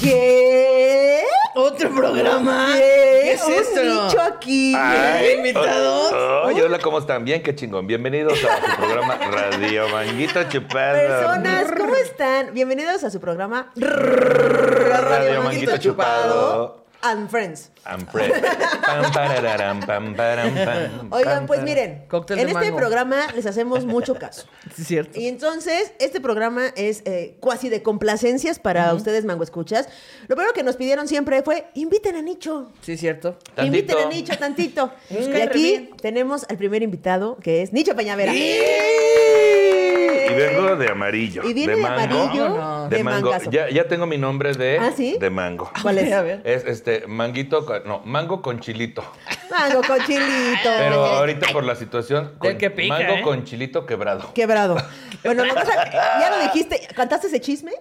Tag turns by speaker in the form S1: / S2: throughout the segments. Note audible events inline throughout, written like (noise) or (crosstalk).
S1: ¿Qué?
S2: ¿Otro programa?
S1: ¿Qué?
S2: ¿Qué es
S1: Un
S2: esto?
S1: nicho aquí.
S2: Ay, invitados.
S3: oh, oh, y hola, ¿cómo están? Bien, qué chingón. Bienvenidos a su programa Radio Manguito Chupado.
S1: Personas, ¿cómo están? Bienvenidos a su programa Radio Manguito
S3: Manguito
S1: Chupado
S3: Chupado.
S1: and Friends.
S3: I'm Fred. Pam, parararán, pam, param, pam,
S1: Oigan,
S3: pam,
S1: pues
S3: pam.
S1: miren,
S2: Cóctel
S1: en
S2: de
S1: este
S2: mango.
S1: programa les hacemos
S2: (laughs)
S1: mucho caso.
S2: Sí, es cierto.
S1: Y entonces, este programa es eh, cuasi de complacencias para ustedes, Mango Escuchas. Lo primero que nos pidieron siempre fue, inviten a Nicho.
S2: Sí, es cierto.
S3: Tantito.
S1: Inviten a Nicho tantito.
S2: (laughs)
S1: y
S2: cae
S1: aquí
S2: bien.
S1: tenemos al primer invitado, que es Nicho Peñavera.
S3: Y vengo de amarillo.
S1: Y viene de
S3: mango,
S1: amarillo,
S2: Vámonos.
S3: De,
S1: de
S3: mango.
S1: mangazo.
S3: Ya, ya tengo mi nombre de,
S1: ¿Ah, sí?
S3: de mango.
S1: ¿Cuál es?
S2: A ver.
S3: Es este manguito, con- no, mango con chilito.
S1: Mango con chilito.
S3: Pero ahorita por la situación,
S2: Del
S3: con-
S2: que pica,
S3: mango
S2: ¿eh?
S3: con chilito quebrado.
S1: Quebrado. Bueno, nomás a- ya lo dijiste. ¿Cantaste ese chisme?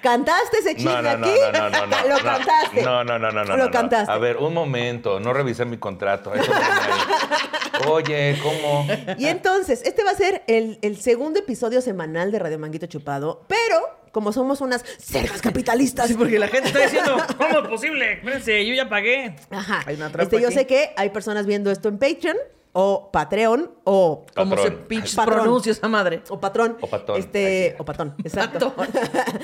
S1: ¿Cantaste ese chisme
S3: No, no, no,
S1: aquí?
S3: no, no, no, no.
S1: (laughs) Lo
S3: no.
S1: cantaste.
S3: No, no, no, no, no.
S1: Lo
S3: no.
S1: cantaste.
S3: A ver, un momento, no revisé mi contrato. Eso no me- Oye, ¿cómo?
S1: Y entonces, este va a ser el, el segundo episodio semanal de Radio Manguito Chupado, pero como somos unas cerdas capitalistas.
S2: Sí, porque la gente está diciendo.
S4: ¿Cómo es posible? Espérense, yo ya pagué.
S1: Ajá.
S2: Hay una trampa
S1: Este, yo
S2: aquí.
S1: sé que hay personas viendo esto en Patreon o Patreon o
S2: ¿Cómo se
S3: Patrón.
S2: pinche
S1: Patrón.
S2: pronuncia esa madre?
S1: O patrón.
S3: O patón. Ahí
S1: Este,
S3: sí.
S1: o patón,
S3: (laughs)
S1: exacto.
S2: Patón.
S1: (laughs)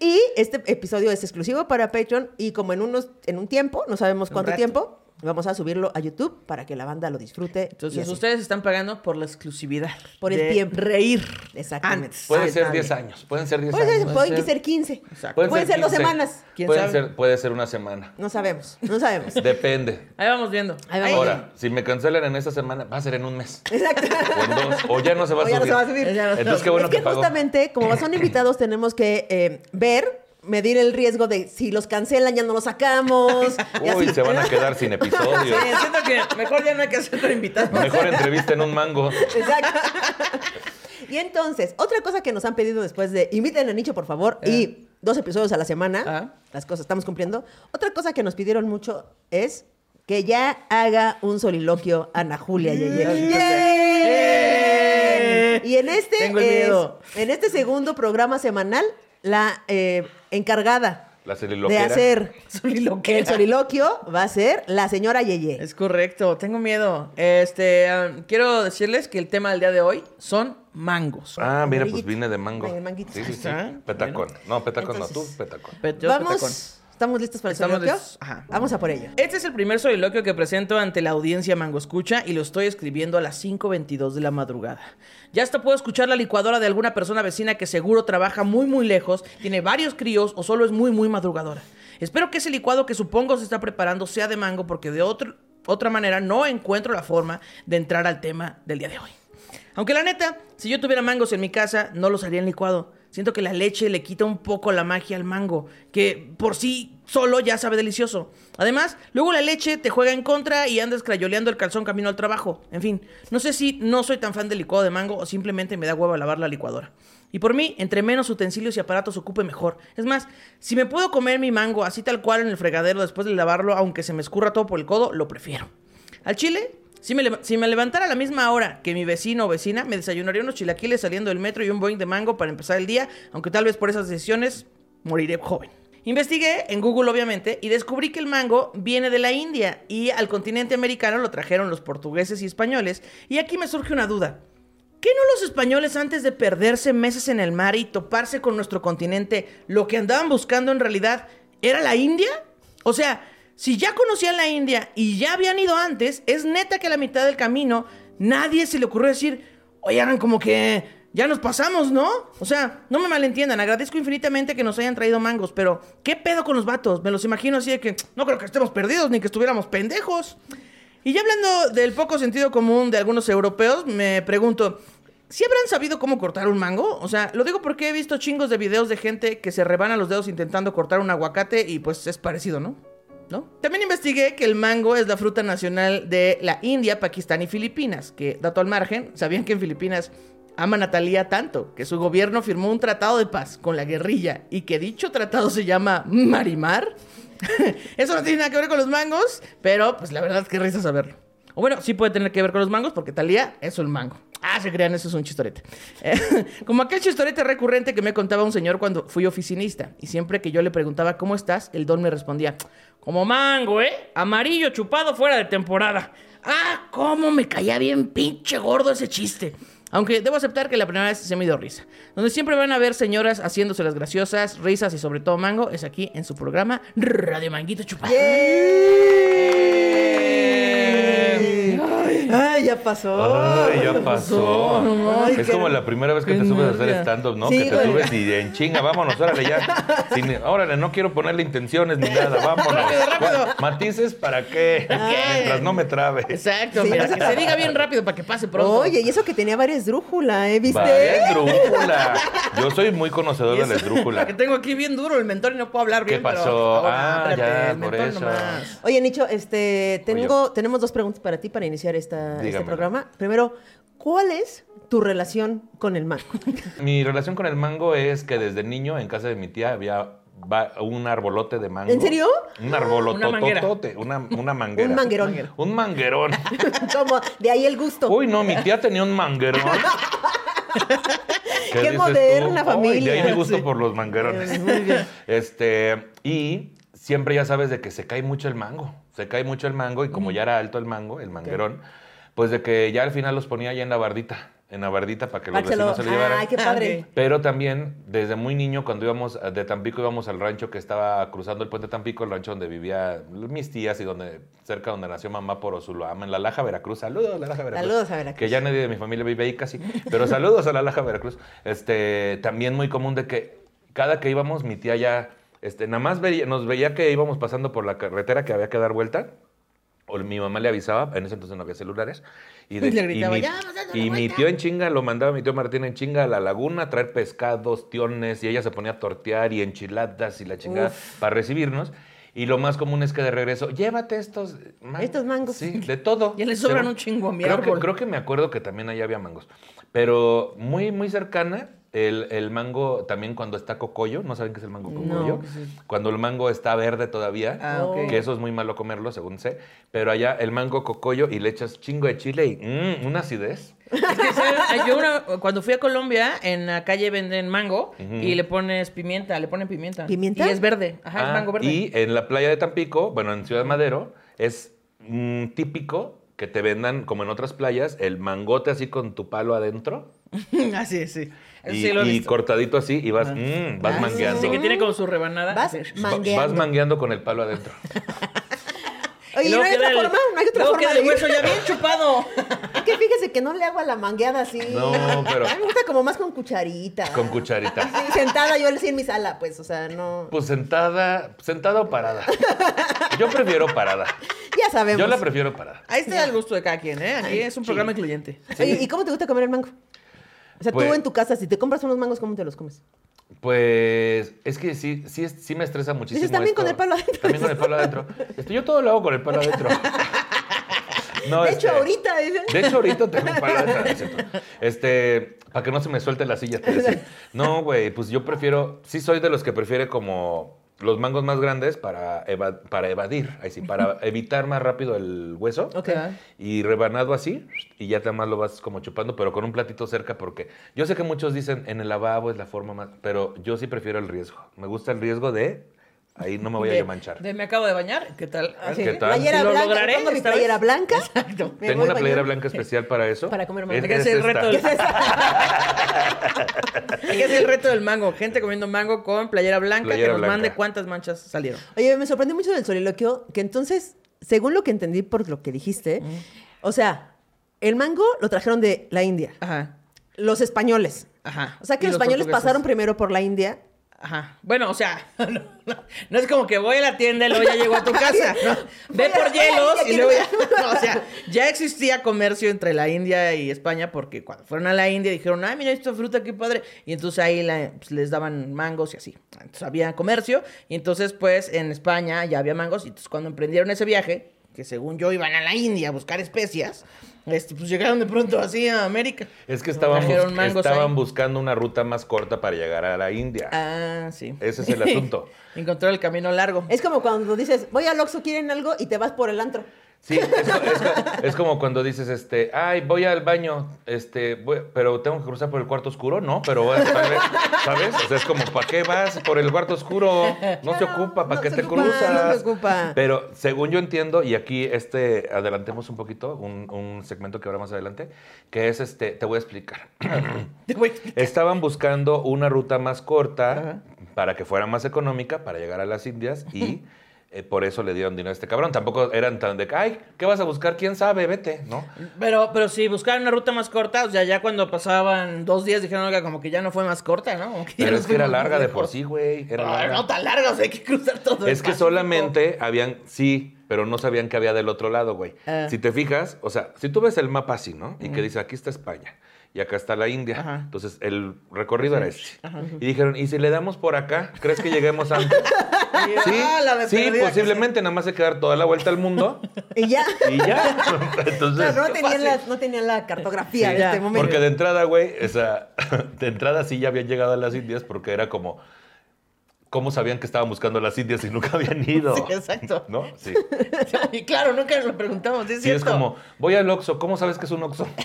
S1: y este episodio es exclusivo para Patreon y como en, unos, en un tiempo, no sabemos
S2: Un
S1: cuánto
S2: rato.
S1: tiempo, vamos a subirlo a YouTube para que la banda lo disfrute. y
S2: Entonces,
S1: así.
S2: ustedes están pagando por la exclusividad.
S1: Por el
S2: de
S1: tiempo.
S2: Reír.
S1: Exactamente.
S2: Antes.
S3: Puede ser
S1: dale.
S3: 10 años, pueden ser 10
S1: Puede
S3: años.
S1: ser,
S2: puede
S1: pueden
S2: ser.
S1: ser 15.
S2: Exacto.
S3: Pueden
S1: Pueden ser, dos
S3: 15,
S1: semanas.
S2: ¿Quién
S3: pueden
S2: sabe?
S3: Ser, puede ser una semana.
S1: No sabemos, no
S3: (laughs)
S1: sabemos.
S3: Depende.
S2: Ahí vamos viendo.
S1: Ahí vamos.
S3: Ahora, si me cancelan en esta semana, va a ser en un mes.
S1: Exacto.
S3: O en dos. O ya no se va a
S1: O ya no
S3: subir.
S1: se va a subir.
S3: Entonces, qué bueno
S1: es que,
S3: que pagó.
S1: justamente, como
S3: (laughs)
S1: son invitados, tenemos que eh, ver, medir el riesgo de si los cancelan, ya no los sacamos. y
S3: Uy,
S1: así.
S3: se van a quedar sin
S2: Sí,
S3: episodio.
S1: (laughs)
S2: siento que mejor ya no hay que hacer otro invitado.
S3: Mejor entrevista en un mango.
S1: Exacto. Y entonces, otra cosa que nos han pedido después de inviten a Nicho, por favor, y dos episodios a la semana,
S2: Eh. Ah.
S1: las cosas estamos cumpliendo. Otra cosa que nos pidieron mucho es que ya haga un soliloquio Ana Julia
S2: Mm.
S1: Yeye.
S2: Yeye.
S1: Y en este,
S2: Eh. Tengo el
S1: es-
S2: miedo.
S1: en este segundo programa semanal, la eh, encargada
S3: La
S1: de
S3: soliloquera.
S1: hacer
S2: Soliloquera.
S1: el soliloquio va a ser la señora Yeye.
S2: Es correcto, tengo miedo. Este, um, quiero decirles que el tema del día de hoy son mangos.
S3: Ah, mira, pues
S1: Manguito.
S3: vine de mango.
S1: De manguito.
S3: Sí, sí, sí.
S2: Ah, bueno.
S3: Petacón. No, petacón no,
S1: Entonces-
S3: tú petacón.
S2: Pet- yo
S1: Vamos,
S2: petacón.
S1: ¿estamos listos para el
S2: Estamos
S1: soliloquio?
S2: listos, ajá.
S1: Vamos a por ello.
S2: Este es el primer soliloquio que presento ante la audiencia Mango Escucha y lo estoy escribiendo a las 5.22 de la madrugada. Ya hasta puedo escuchar la licuadora de alguna persona vecina que seguro trabaja muy muy lejos, tiene varios críos o solo es muy muy madrugadora. Espero que ese licuado que supongo se está preparando sea de mango porque de otro- otra manera no encuentro la forma de entrar al tema del día de hoy. Aunque la neta, si yo tuviera mangos en mi casa, no los haría en licuado. Siento que la leche le quita un poco la magia al mango, que por sí solo ya sabe delicioso. Además, luego la leche te juega en contra y andas crayoleando el calzón camino al trabajo. En fin, no sé si no soy tan fan del licuado de mango o simplemente me da hueva lavar la licuadora. Y por mí, entre menos utensilios y aparatos ocupe mejor. Es más, si me puedo comer mi mango así tal cual en el fregadero después de lavarlo, aunque se me escurra todo por el codo, lo prefiero. Al chile, si me, leva- si me levantara a la misma hora que mi vecino o vecina, me desayunaría unos chilaquiles saliendo del metro y un boing de mango para empezar el día, aunque tal vez por esas decisiones moriré joven. Investigué en Google, obviamente, y descubrí que el mango viene de la India y al continente americano lo trajeron los portugueses y españoles. Y aquí me surge una duda. ¿Qué no los españoles antes de perderse meses en el mar y toparse con nuestro continente, lo que andaban buscando en realidad era la India? O sea, si ya conocían la India y ya habían ido antes, es neta que a la mitad del camino nadie se le ocurrió decir, oigan, como que ya nos pasamos, ¿no? O sea, no me malentiendan, agradezco infinitamente que nos hayan traído mangos, pero ¿qué pedo con los vatos? Me los imagino así de que no creo que estemos perdidos ni que estuviéramos pendejos. Y ya hablando del poco sentido común de algunos europeos, me pregunto, ¿si habrán sabido cómo cortar un mango? O sea, lo digo porque he visto chingos de videos de gente que se rebana los dedos intentando cortar un aguacate y pues es parecido, ¿no? ¿No? También investigué que el mango es la fruta nacional de la India, Pakistán y Filipinas, que, dato al margen, sabían que en Filipinas aman a Thalía tanto que su gobierno firmó un tratado de paz con la guerrilla y que dicho tratado se llama Marimar. Eso no tiene nada que ver con los mangos, pero pues la verdad es que risa saberlo. O bueno, sí puede tener que ver con los mangos porque Talía es un mango. Ah, se crean, eso es un chistorete. Eh, (laughs) como aquel chistorete recurrente que me contaba un señor cuando fui oficinista. Y siempre que yo le preguntaba, ¿cómo estás? El don me respondía, como mango, ¿eh? Amarillo chupado fuera de temporada. Ah, cómo me caía bien pinche gordo ese chiste. Aunque debo aceptar que la primera vez se me dio risa. Donde siempre van a ver señoras haciéndose las graciosas, risas y sobre todo mango, es aquí en su programa Radio Manguito Chupado.
S1: Ay, ya pasó.
S3: Ay, ya pasó.
S2: no mames.
S3: es como la primera vez que
S2: Qué
S3: te subes a hacer
S2: nervia.
S3: stand-up, ¿no?
S1: Sí,
S3: que te
S1: güey.
S3: subes y en chinga, vámonos, órale ya. Sin- órale, no quiero ponerle intenciones ni nada, vámonos.
S2: Rápido, rápido.
S3: Matices para qué,
S2: qué?
S3: mientras no me trabe.
S2: Exacto,
S1: Sí.
S2: para que se diga bien rápido para que pase pronto.
S1: Oye, y eso que tenía varias drújula, ¿eh? ¿Viste?
S3: Vale, esdrújula. Yo soy muy conocedor de la esdrújula.
S2: Que tengo aquí bien duro el mentor y no puedo hablar
S3: ¿Qué
S2: bien. pero
S3: pasó?
S2: ahora,
S3: Ah,
S2: espérate,
S3: ya,
S2: el
S3: por
S2: mentón
S3: eso.
S2: nomás.
S1: Oye, Nicho, este, tengo, tenemos dos preguntas para ti para iniciar esta, este
S3: Dígamelo.
S1: programa. Primero, ¿cuál es tu relación con el mango?
S3: Mi relación con el mango es que desde niño en casa de mi tía había va- un arbolote de mango.
S1: ¿En serio?
S3: Un arbolote,
S4: Una manguera.
S3: una, una manguera.
S1: Un manguerón.
S3: Un manguerón.
S1: (laughs) Como, de ahí el gusto.
S3: Uy, no, mi tía tenía un manguerón.
S1: Qué
S3: dices tú?
S1: moderna
S3: Ay,
S1: familia.
S3: de ahí me gusto
S1: Sí.
S3: por los manguerones. (laughs) Este, y siempre ya sabes de que se cae mucho el mango. Se cae mucho el mango y como ya era alto el mango, el manguerón, pues de que ya al final los ponía ya en la bardita. En la bardita para que los
S1: Párchalo.
S3: vecinos se lo llevaran.
S1: Ay,
S2: Ah,
S1: qué padre.
S3: Pero también, desde muy niño, cuando íbamos eh, de Tampico, íbamos al rancho que estaba cruzando el puente Tampico, el rancho donde vivía mis tías y donde cerca donde nació mamá por Ozuloama, en La Laja, Veracruz. Saludos, La Laja, Veracruz.
S1: Saludos a Veracruz.
S3: Que ya nadie de mi familia vive ahí casi, pero saludos a La Laja, Veracruz. Este, también muy común de que cada que íbamos, mi tía ya, este, nada más veía- nos veía que íbamos pasando por la carretera que había que dar vuelta. O mi mamá le avisaba, en ese entonces no había celulares. Y, de-
S2: (laughs) Le gritaba,
S3: mi,
S2: "Ya, vamos dando la
S3: y mi
S2: vuelta".
S3: tío en chinga lo mandaba mi tío Martín en chinga a la laguna a traer pescados, tiones, y ella se ponía a tortear y enchiladas y la chingada para recibirnos. Y lo más común es que de regreso, llévate estos mangos.
S1: Estos mangos.
S3: Sí, de todo.
S2: Ya le sobran
S3: Según-
S2: un chingo a mi
S3: creo
S2: árbol.
S3: Que, creo que me acuerdo que también allá había mangos. Pero muy, muy cercana, el, el mango también cuando está cocoyo, ¿no saben qué es el mango cocoyo? Cuando el mango está verde todavía,
S2: Ah, ok.
S3: que eso es muy malo comerlo, según sé. Pero allá el mango cocoyo y le echas chingo de chile y mm, una acidez.
S2: Es que, ¿sabes? Yo una- cuando fui a Colombia, en la calle venden mango y le pones pimienta, le ponen pimienta.
S1: ¿Pimienta?
S2: Y es verde. Ajá, es
S3: Ah,
S2: mango verde.
S3: Y en la playa de Tampico, bueno, en Ciudad Madero, es mm, típico que te vendan, como en otras playas, el mangote así con tu palo adentro
S2: (laughs) Así es, sí. Eso
S3: y,
S2: sí lo he
S3: y
S2: visto.
S3: cortadito así y vas, mm, vas
S1: Ah,
S3: mangueando.
S2: Así que tiene como su rebanada.
S1: Vas
S2: Sí.
S3: Va-
S1: mangueando.
S3: Vas mangueando con el palo adentro.
S1: Oye,
S2: Y
S1: ¿y no
S2: luego
S1: hay otra
S2: queda el-
S1: forma, no hay otra
S2: luego
S1: forma
S2: queda
S1: de
S2: el
S1: ir?
S2: hueso ya bien chupado.
S1: Es que fíjese que no le hago a la mangueada así.
S3: No, pero-
S1: A mí me gusta como más con
S2: Ah.
S1: cucharita.
S3: Con cucharita.
S1: Sí, (laughs) sentada yo así en mi sala, pues, o sea, no...
S3: Pues sentada, sentada o parada. Yo prefiero parada.
S1: Ya sabemos.
S3: Yo la prefiero parada.
S2: (laughs) Ahí está el gusto de cada quien, ¿eh? Aquí es un programa incluyente.
S1: Oye, ¿y cómo te gusta comer el mango? O sea, tú
S3: Pues-
S1: en tu casa, si te compras unos mangos, ¿cómo te los comes?
S3: Pues es que sí, sí, es- sí me estresa muchísimo.
S1: Dices, también
S3: esto.
S1: con el palo adentro.
S3: También con el palo adentro. Este, yo todo lo hago con el palo
S1: (laughs)
S3: adentro. No,
S1: de
S3: este,
S1: hecho, ahorita... dice-
S3: De hecho, ahorita tengo un palo adentro. no es cierto. Este, para que no se me suelte la silla. te decía. No, güey, pues yo prefiero, sí soy de los que prefiere como los mangos más grandes para, eva- para evadir, ahí sí, para evitar más rápido el hueso.
S1: Ok.
S2: Ah,
S3: Y rebanado así, y ya nada más lo vas como chupando, pero con un platito cerca, porque yo sé que muchos dicen en el lavabo es la forma más, pero yo sí prefiero el riesgo. Me gusta el riesgo de ahí no me voy a
S2: De-
S3: yo manchar.
S2: de me acabo de bañar. ¿Qué tal? Ah,
S1: Así,
S3: ¿Qué tal?
S1: Ah, Playera
S2: Si lo
S1: blanca,
S2: lograré,
S1: me pongo mi
S2: esta vez.
S1: playera blanca.
S2: Exacto.
S1: me
S3: Tengo
S1: voy
S3: una playera
S1: bañando.
S3: blanca especial para eso.
S1: Para comer
S3: Es,
S1: mangos.
S2: Hay que hacer el
S3: es esta.
S2: reto del- (laughs) Hay que hacer el reto del mango. Gente comiendo mango con playera blanca
S3: Playera
S2: que nos
S3: blanca.
S2: mande cuántas manchas salieron.
S1: Oye, me sorprendió mucho del soliloquio que entonces, según lo que entendí por lo que dijiste,
S2: Mm.
S1: o sea, el mango lo trajeron de la India,
S2: Ajá.
S1: los españoles.
S2: Ajá.
S1: O sea, que
S2: Y
S1: los,
S2: los
S1: españoles
S2: portugueses.
S1: pasaron primero por la India.
S2: Ajá. Bueno, o sea, (laughs) no, no- no es como que voy a la tienda y luego ya llego a tu casa. ¿no?
S1: Voy
S2: Ve
S1: a- voy a
S2: por
S1: la
S2: hielos
S1: India,
S2: y luego ya.
S1: quiero
S2: (laughs) no, o sea, ya existía comercio entre la India y España porque cuando fueron a la India dijeron, ay, mira esta fruta, qué padre. Y entonces ahí la- pues, les daban mangos y así. Entonces había comercio y entonces pues en España ya había mangos y entonces cuando emprendieron ese viaje que según yo iban a la India a buscar especias, este, pues llegaron de pronto así a América.
S3: Es que estaban,
S2: Trajeron
S3: bus-
S2: mangos
S3: estaban
S2: ahí.
S3: buscando una ruta más corta para llegar a la India.
S2: Ah, sí. (laughs)
S3: Ese es el asunto.
S2: Encontró el camino largo. (laughs)
S1: Es como cuando dices, voy al Oxxo, ¿quieren algo? Y te vas por el antro.
S3: Sí, es, co- es co- es como cuando dices, este, ay, voy al baño, este, voy- pero tengo que cruzar por el cuarto oscuro, no, pero bueno, tal vez, ¿sabes? O sea, es como, ¿para qué vas por el cuarto oscuro? No se
S1: Claro,
S3: ocupa, ¿para
S1: no
S3: qué
S1: se
S3: te
S1: ocupa, no se
S3: cruzas?
S1: ocupa.
S3: Pero según yo entiendo, y aquí este, adelantemos un poquito, un, un segmento que habrá más adelante, que es este, te voy a explicar.
S2: Te voy a explicar.
S3: Estaban buscando una ruta más corta para que fuera más económica, para llegar a las Indias y eh, por eso le dieron dinero a este cabrón. Tampoco eran tan de, que, ay, ¿qué vas a buscar? ¿Quién sabe? Vete, ¿no?
S2: Pero, pero si buscaban una ruta más corta, o sea, ya cuando pasaban dos días dijeron, oiga, como que ya no fue más corta, ¿no? Como ya
S3: Pero
S2: nos
S3: es que era
S2: fuimos más
S3: larga de
S2: lejos.
S3: por sí, güey. Era
S2: Pero
S3: larga.
S2: no tan larga, o sea, hay que cruzar todo el
S3: Es que
S2: Pacífico.
S3: solamente habían, sí, pero no sabían que había del otro lado, güey.
S1: Ah.
S3: Si te fijas, o sea, si tú ves el mapa así, ¿no? Y que dice, aquí está España y acá está la India.
S2: Ajá.
S3: Entonces, el recorrido era este. Y dijeron, ¿y si le damos por acá? ¿Crees que lleguemos antes? sí,
S2: (laughs) ah, la de
S3: sí,
S2: perdida que
S3: posiblemente, nada más se quedar toda la vuelta al mundo
S1: Y ya.
S3: y ya.
S2: (laughs)
S3: Entonces,
S1: Claro, no, tenían la, no tenían la cartografía
S3: Sí,
S1: en este momento.
S3: Porque de entrada, güey, o sea, (laughs) de entrada sí ya habían llegado a las Indias porque era como, ¿cómo sabían que estaban buscando las Indias si nunca habían ido?
S2: (laughs) Sí, exacto. (laughs)
S3: ¿No? Sí.
S2: y claro, nunca nos lo preguntamos, sí, es
S3: Sí, es
S2: cierto.
S3: como, voy al Oxxo, ¿cómo sabes que es un Oxxo? (laughs)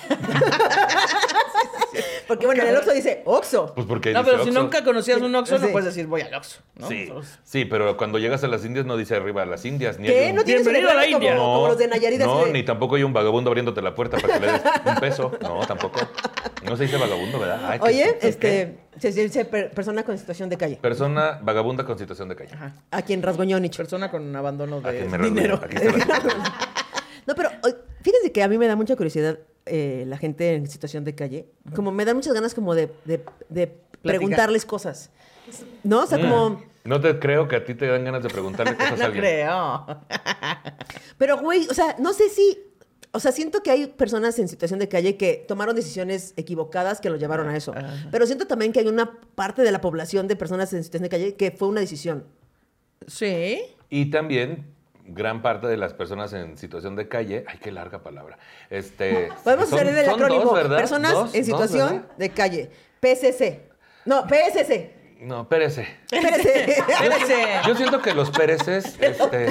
S1: Porque bueno, en el Oxxo dice Oxxo.
S3: Pues porque
S2: No,
S3: dice
S2: pero si
S3: Oxxo.
S2: nunca conocías un Oxxo,
S1: Sí.
S2: no puedes decir, voy al Oxxo, ¿no?
S3: Sí,
S2: O sea,
S3: sí, pero cuando llegas a las Indias no dice arriba a las Indias. Ni hay
S1: ¿Qué?
S3: un-
S1: ¿No tienes
S4: Bienvenido a la
S1: celular como,
S4: India.
S1: como los de Nayarit? así
S3: No,
S1: de-
S3: ni tampoco hay un vagabundo abriéndote la puerta para que le des un peso.
S1: (laughs)
S3: No, tampoco. No se dice vagabundo, ¿verdad? Ay, qué
S1: Oye,
S3: estúpido.
S1: este, se dice per- persona con situación de calle.
S3: ¿Qué? Persona vagabunda con situación de calle.
S1: A quien rasgoñó Nietzsche.
S2: Persona con abandono
S3: Ah, que
S1: (laughs)
S2: de
S3: me
S2: (laughs)
S3: rasguñó.
S2: dinero.
S3: Aquí está la-
S1: No, pero oy, fíjense que a mí me da mucha curiosidad eh, la gente en situación de calle. Como me dan muchas ganas como de, de- de preguntarles cosas. ¿No? O
S3: Mm.
S1: sea, como...
S3: No te creo que a ti te dan ganas de
S1: (laughs)
S3: preguntarle cosas a
S2: No
S3: alguien.
S2: creo.
S3: (laughs)
S1: Pero, güey, o sea, no sé si... O sea, siento que hay personas en situación de calle que tomaron decisiones equivocadas que lo llevaron a eso. Pero siento también que hay una parte de la población de personas en situación de calle que fue una decisión.
S2: Sí.
S3: Y también gran parte de las personas en situación de calle, ay, qué larga palabra. Este,
S1: Podemos
S3: son-
S1: hacer el
S3: son
S1: acrónimo.
S3: dos, ¿verdad?
S1: personas
S3: Dos,
S1: en
S3: dos,
S1: situación
S3: ¿verdad?
S1: de calle. PSC. No, PSC.
S3: No, espérese. (laughs)
S1: PSC.
S2: Espérese.
S3: Yo siento que los
S1: (laughs)
S3: Pérezes, este,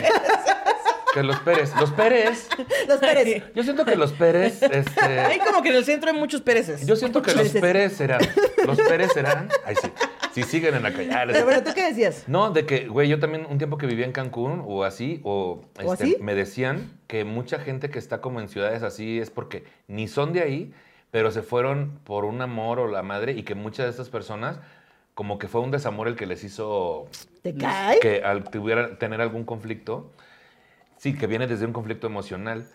S3: que los Pérez, los Pérez,
S1: Los Pérez.
S3: yo siento que
S1: (laughs)
S3: los Pérez, este,
S2: Hay como que en el centro hay muchos pereces.
S3: yo siento que los
S1: Muchos
S3: Pérez serán, los Pérez serán, ay sí, si siguen en la calle. Ah, les-
S1: Pero bueno, ¿tú qué decías?
S3: No, de que, güey, yo también un tiempo que vivía en Cancún o así, o,
S1: ¿O
S3: este,
S1: así?
S3: me decían que mucha gente que está como en ciudades así es porque ni son de ahí, pero se fueron por un amor o la madre y que muchas de estas personas como que fue un desamor el que les hizo
S1: ¿Te cae?
S3: que al tuviera, tener algún conflicto, sí, que viene desde un conflicto emocional.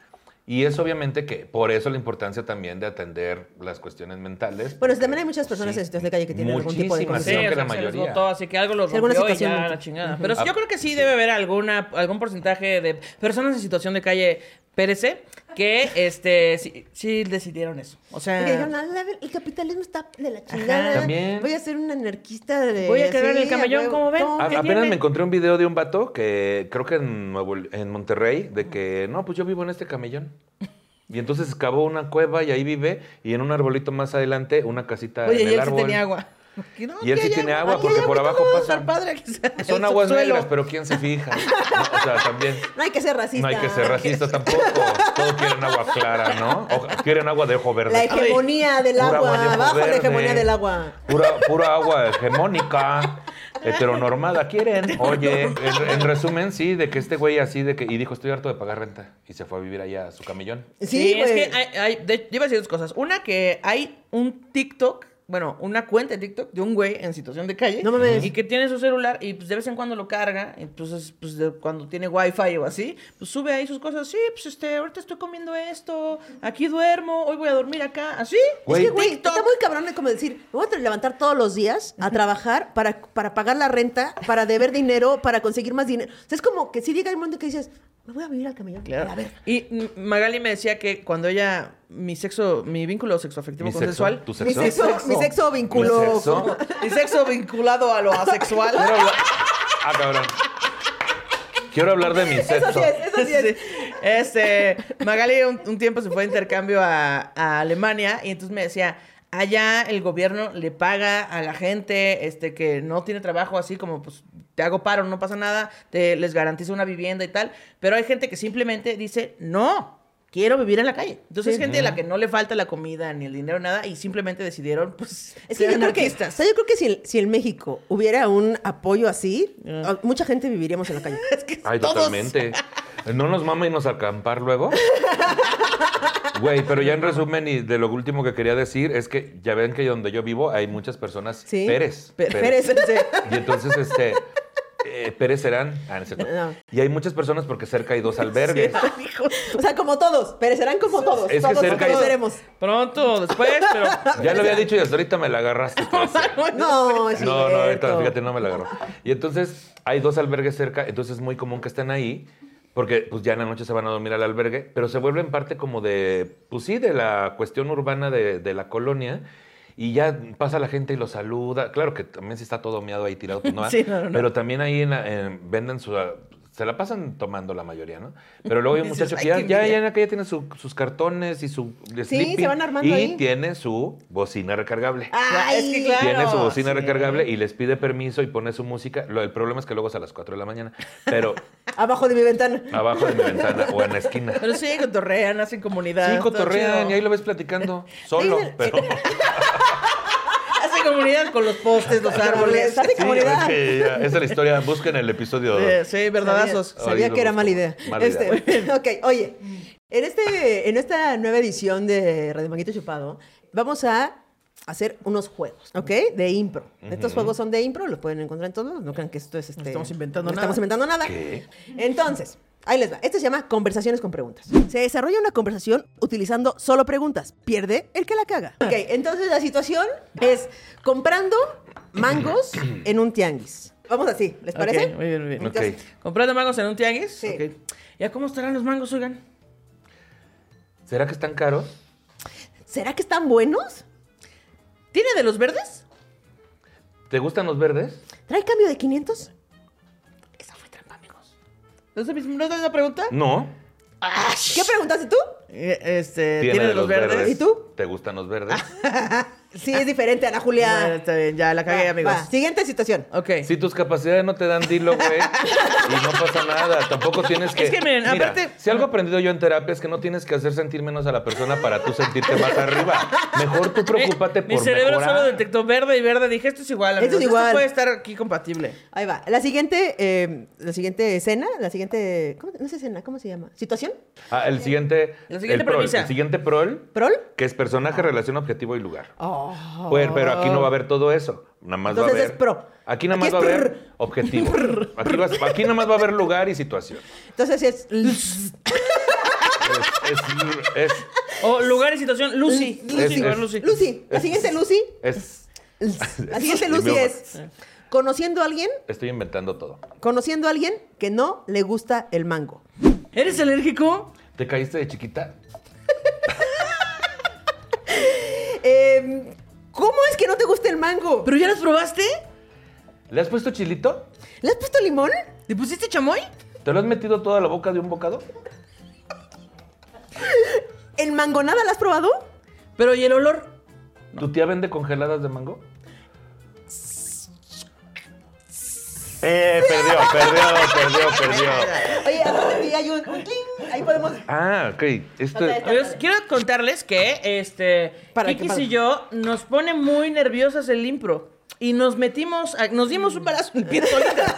S3: Y es obviamente que por eso la importancia también de atender las cuestiones mentales.
S1: Bueno,
S3: porque
S1: también hay muchas personas en situación de calle que tienen algún tipo de
S3: muchísimas,
S1: condición.
S2: Sí,
S3: creo
S2: o
S3: que
S2: sea,
S3: la
S2: se les
S3: mayoría. Ah,
S2: votó, así que algo los
S1: Alguna
S2: rompió y
S1: situación.
S2: ya la chingada.
S1: Ujú.
S2: Pero sí, yo creo que sí debe haber alguna, algún porcentaje de personas en situación de calle Pérez eh, que este, sí, sí decidieron eso. O sea,
S1: Porque dijeron, "Ah, la ver- el capitalismo está de la chingada.
S3: También.
S1: Voy a ser un anarquista de.
S2: Voy a quedar en el
S1: a
S2: camellón,
S1: huevo.
S2: ¿cómo ven?
S1: No,
S3: A-
S2: ¿Qué
S3: apenas
S2: tiene?
S3: me encontré un video de un vato que creo que en, Nuevo- en Monterrey, de que no, pues yo vivo en este camellón. Y entonces excavó una cueva y ahí vive, y en un arbolito más adelante, una casita
S2: oye,
S3: Ah, en
S2: y
S3: el
S2: él sí
S3: árbol.
S2: tenía agua. (laughs) Que no,
S3: Y él
S2: aquí
S3: sí
S2: hay
S3: tiene agua
S2: aquí
S3: porque
S2: hay
S3: por
S2: agua,
S3: abajo
S2: todo va a
S3: pasa.
S2: estar padre, aquí está el
S3: Son aguas
S2: subsuelo.
S3: negras, pero ¿quién se fija? (laughs) O sea, también.
S1: No hay que ser racista.
S3: No hay que ser racista tampoco. Todos quieren agua clara, ¿no? O quieren agua de ojo verde.
S1: La hegemonía del
S3: Pura
S1: agua.
S3: agua de ojo
S1: Abajo la
S3: verde.
S1: hegemonía del agua.
S3: Pura, pura agua hegemónica, heteronormada, quieren. Oye, en, en resumen, sí, de que este güey así de que. Y dijo, estoy harto de pagar renta. Y se fue a vivir allá a su camellón.
S1: Sí,
S2: es
S1: güey.
S2: que hay, hay- de- yo iba a decir dos cosas. Una, que hay un TikTok, bueno, una cuenta de TikTok de un güey en situación de calle.
S1: No mames.
S2: Y que tiene su celular y pues de vez en cuando lo carga. Entonces, pues de- cuando tiene wifi o así, pues sube ahí sus cosas. Sí, pues este, ahorita estoy comiendo esto, aquí duermo, hoy voy a dormir acá. ¿Así?
S1: Es
S3: Güey,
S1: que, güey,
S2: TikTok.
S1: está muy cabrón de como decir, me voy a tra- levantar todos los días a trabajar para, para pagar la renta, para deber dinero, para conseguir más dinero. O sea, es como que si llega el momento que dices, me voy a vivir al camellón.
S2: Claro.
S1: A
S3: (laughs)
S1: ver.
S2: Y mm, Magali me decía que cuando ella, mi sexo, mi vínculo sexoafectivo
S3: Mi sexo,
S2: consensual.
S3: tu
S1: Mi
S3: sexo.
S1: sexo, mi sexo vinculó.
S3: Mi sexo.
S1: como-
S2: (laughs) mi sexo vinculado a lo asexual.
S3: Quiero hablar- Ah, cabrón. Quiero hablar de mi
S1: Eso (laughs) sí
S3: sexo.
S1: es, eso sí es.
S2: Sí. Este, Magali un, un tiempo se fue de intercambio a, a Alemania y entonces me decía, allá el gobierno le paga a la gente este, que no tiene trabajo así como pues te hago paro, no pasa nada, te, les garantizo una vivienda y tal. Pero hay gente que simplemente dice, no, quiero vivir en la calle. Entonces es gente a la que no le falta la comida, ni el dinero, nada, y simplemente decidieron, pues,
S1: Es que
S2: ser
S1: yo creo que, o
S2: anarquistas.
S1: sea, yo creo que si, el- si en México hubiera un apoyo así,
S3: Ah.
S1: a- mucha gente viviríamos en la calle.
S2: (laughs) Es que
S3: Ay,
S2: todos-
S3: totalmente. No nos mama irnos a acampar luego. Güey, pero ya en resumen y de lo último que quería decir es que ya ven que donde yo vivo hay muchas personas
S1: Sí.
S3: Pérez.
S1: Pe- Pérez,
S2: (laughs)
S1: sí.
S3: Y entonces, este, eh, Pérez serán. Ah, no es cierto.
S1: No.
S3: Y hay muchas personas porque cerca hay dos albergues.
S1: O sea, como todos, perecerán como todos.
S3: Es que
S1: todos
S3: cerca hay-
S1: pereceremos.
S2: Pronto, después, pero...
S1: (laughs)
S3: Ya lo había dicho y hasta ahorita me la agarraste. clase.
S1: No, es
S3: No, no, ahorita
S1: cierto.
S3: fíjate, no me la agarró. Y entonces hay dos albergues cerca, entonces es muy común que estén ahí, porque pues ya en la noche se van a dormir al albergue, pero se vuelven parte como de, pues sí, de la cuestión urbana de, de la colonia. Y ya pasa la gente y los saluda. Claro que también si está todo meado ahí tirado, pues no. ¿ah?
S2: (laughs) Sí, no, no, no.
S3: Pero también ahí en la- en- venden su... Se la pasan tomando la mayoría, ¿no? Pero luego hay un
S2: Dices,
S3: muchacho que
S2: "Ay,
S3: ya,
S2: qué
S3: ya,
S2: envidia".
S3: ya en la calle tiene su- sus cartones y su sleeping
S1: van armando
S3: y
S1: ahí.
S3: tiene su bocina recargable.
S1: Ay,
S2: Es que claro.
S3: Tiene su bocina
S2: sí.
S3: recargable y les pide permiso y pone su música. Lo- el problema es que luego es a las 4 de la mañana, (laughs) pero
S1: Abajo de mi ventana.
S3: abajo de mi ventana o en la esquina.
S2: Pero sí, cotorrean, hacen comunidad.
S3: Sí,
S2: está
S3: cotorrean
S2: chido.
S3: y ahí lo ves platicando solo,
S1: Ahí en el-
S3: pero sí,
S2: Hacen comunidad con los postes, los
S3: (laughs)
S2: árboles.
S1: Está de
S3: es
S1: comunidad.
S3: que ya- esa es la historia. Busquen el episodio.
S2: Sí, Eh, sí, verdadazos.
S1: Sabía, sabía
S3: Ahí lo
S1: que era
S3: busco.
S1: mala idea.
S3: Mala idea.
S1: Este, (laughs) ok, oye, en, este, en esta nueva edición de Radio Manguito Chupado, vamos a hacer unos juegos, ¿ok? De impro. Estos juegos son de impro, los pueden encontrar en todos. lados, No crean que esto es este.
S2: estamos inventando
S1: no
S2: nada.
S1: Estamos inventando nada.
S3: ¿Qué?
S1: Entonces. Ahí les va. Este se llama conversaciones con preguntas. Se desarrolla una conversación utilizando solo preguntas. Pierde el que la caga. Ok, entonces la situación es comprando mangos en un tianguis. Vamos así, ¿les
S2: Ok,
S1: parece?
S2: muy bien, muy bien.
S3: Ok.
S1: Entonces,
S2: ¿Comprando mangos en un tianguis?
S1: Sí.
S2: Ok. ¿Ya cómo estarán los mangos, oigan?
S3: ¿Será que están caros?
S1: ¿Será que están buenos?
S2: ¿Tiene de los verdes?
S3: ¿Te gustan los verdes?
S1: ¿Trae cambio de 500?
S2: Esa fue trampa, amigos. ¿No es la- no es la misma pregunta?
S3: No.
S1: ¿Qué preguntaste tú?
S2: Eh, Este, ¿tiene, de los, verdes?
S1: ¿Y tú?
S3: ¿Te gustan los verdes?
S1: Sí, es diferente, Ana
S2: Bueno,
S1: Julia.
S2: está bien, ya la cagué,
S1: Va,
S2: amigos.
S1: va. Siguiente situación.
S2: Ok.
S3: Si tus capacidades no te dan, dilo, güey. Y no pasa nada. Tampoco tienes que.
S2: Es que miren,
S3: Mira,
S2: aparte-
S3: Si algo he aprendido yo en terapia es que no tienes que hacer sentir menos a la persona para tú sentirte
S2: (laughs)
S3: más arriba. Mejor tú preocúpate
S2: Eh,
S3: por
S2: Mi cerebro
S3: mejorar.
S2: solo detectó verde y verde. Dije, esto es igual.
S1: Esto es
S2: amigos,
S1: igual.
S2: puede estar aquí compatible.
S1: Ahí va. La siguiente, eh, la siguiente escena, la siguiente. ¿cómo- no es escena, ¿cómo se llama? ¿Situación?
S3: Ah, el siguiente.
S2: La siguiente
S3: el prol,
S2: premisa. Ah.
S3: el siguiente prol,
S1: ¿Prol?
S3: que es personaje, relación, objetivo y lugar.
S1: Oh.
S3: Pues, pero aquí no va a haber todo eso. Nada más va a
S1: Entonces
S3: haber.
S1: es pro.
S3: Aquí nada
S1: Aquí
S3: más va a
S1: es
S3: haber
S1: prr.
S2: (laughs)
S3: objetivo. Aquí, vas- aquí nada más va a haber lugar y situación.
S1: Entonces es. Luz.
S3: Es- es- es
S2: O lugar y situación. Lucy.
S1: Luz.
S2: Lucy,
S3: Es-
S2: lugar
S3: es-
S2: Lucy.
S1: Lucy. La
S2: (laughs)
S3: Es-
S1: siguiente Lucy.
S3: es-
S1: Luz. La siguiente Lucy
S3: Idioma.
S1: es. Conociendo a alguien,
S3: estoy inventando todo.
S1: conociendo a alguien que no le gusta el mango.
S2: ¿Eres alérgico?
S3: ¿Te caíste de chiquita?
S1: Eh, ¿Cómo es que no te gusta el mango?
S2: ¿Pero ya las probaste?
S3: ¿Le has puesto chilito?
S1: ¿Le has puesto limón?
S2: ¿Le pusiste chamoy?
S3: ¿Te lo has metido toda la boca de un bocado?
S1: ¿El mangonada la has probado?
S2: ¿Pero y el olor?
S3: ¿Tu tía vende congeladas de mango? Eh, perdió, perdió, perdió, perdió.
S1: Oye, aparte de ahí hay un, un cling, ahí podemos...
S3: Ah, ok. Esto
S1: Otra vez.
S2: Amigos, quiero contarles que este
S1: Para, ¿qué
S2: Kikis
S1: pasa?
S2: y yo nos pone muy nerviosas el impro. Y nos metimos, a- nos dimos un balazo en el pie
S1: (laughs)
S2: solita.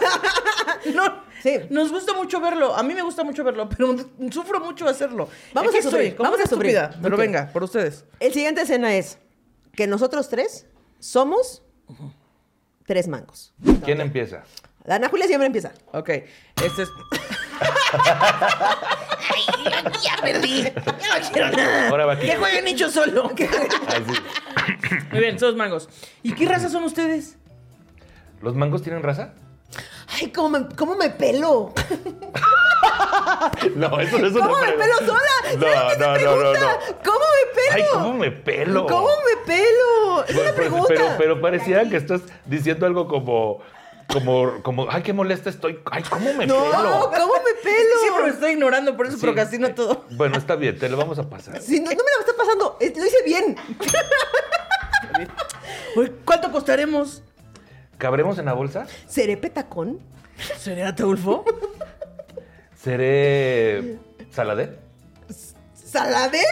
S2: No,
S1: Sí.
S2: nos gusta mucho verlo. A mí me gusta mucho verlo, pero sufro mucho hacerlo.
S1: Vamos
S2: Aquí
S1: a sufrir,
S2: estoy, como
S1: vamos
S2: una
S1: a sufrir.
S2: estúpida, Pero
S1: Ok.
S2: venga, por ustedes.
S1: El siguiente escena es que nosotros tres somos tres mangos.
S3: ¿Quién empieza?
S1: La Ana Julia siempre empieza.
S2: Ok,
S1: (laughs)
S2: este es...
S3: Ahora va aquí. Ah,
S2: Que jueguen
S1: (laughs)
S2: hecho solo.
S3: Así.
S2: Muy bien, todos mangos. ¿Y qué raza son ustedes?
S3: ¿Los mangos tienen raza?
S1: Ay, ¿cómo me, cómo me pelo?
S3: No, (laughs) eso no es una
S1: ¿Cómo me
S3: pregunta.
S1: pelo sola?
S3: No, no, no, no, no.
S1: ¿Cómo me pelo?
S3: Ay, ¿cómo me pelo?
S1: ¿Cómo me pelo? Es
S3: Pues,
S1: una
S3: pues,
S1: pregunta.
S3: Pero, pero pareciera que estás diciendo algo como, como, como, ay, qué molesta estoy. Ay, ¿cómo me
S1: No, ¿cómo
S3: pelo? (laughs)
S1: me
S2: Siempre me
S1: pelo?
S2: estoy ignorando, por eso
S3: Sí.
S2: procrastino todo.
S3: Bueno, está bien, te lo vamos a pasar.
S1: Si no, no me la está pasando. Es- Lo hice bien.
S2: Uy, ¿Cuánto Pues, costaremos?
S3: ¿Cabremos en la bolsa?
S1: ¿Seré petacón?
S2: ¿Seré Ataulfo?
S3: ¿Seré saladé?
S1: ¿Saladén?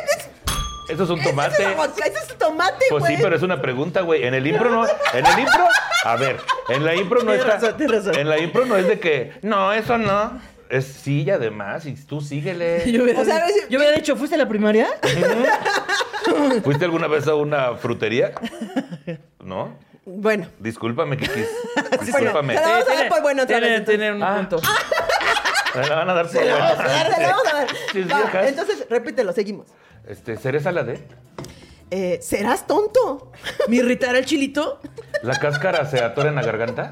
S3: Eso es un
S1: Ese
S3: tomate.
S1: Es el aguacate, ese es el tomate,
S3: Pues sí,
S1: güey.
S3: pero es una pregunta, güey. En el impro no. En el impro. A ver, en la impro no
S2: Tienes
S3: está.
S2: razón, tienes razón.
S3: En la impro no es de que. No, eso no. Es sí, y además. Y tú
S2: (laughs)
S3: síguele.
S2: Yo hubiera,
S1: O sea,
S2: dicho-
S1: es-
S2: yo hubiera dicho, ¿fuiste a la primaria?
S3: ¿Fuiste alguna vez a una frutería? ¿No?
S1: Bueno.
S3: Discúlpame,
S1: (laughs)
S3: Kikis. Discúlpame.
S1: Bueno, Vamos a dar
S2: Tiene-
S1: por bueno otra
S2: tiene-
S1: vez, entonces.
S2: tiene un (laughs)
S3: Ah.
S2: punto.
S3: Me la Eh, van a
S1: (laughs)
S3: dar por buena.
S1: Vamos a dar, se lo vamos a dar.
S3: Sí,
S1: Va,
S3: viejas.
S1: entonces, repítelo, seguimos.
S3: Este, ¿Seré saladé?
S1: Eh, ¿Serás tonto?
S2: ¿Me irritará el chilito?
S3: ¿La cáscara se atora en la garganta?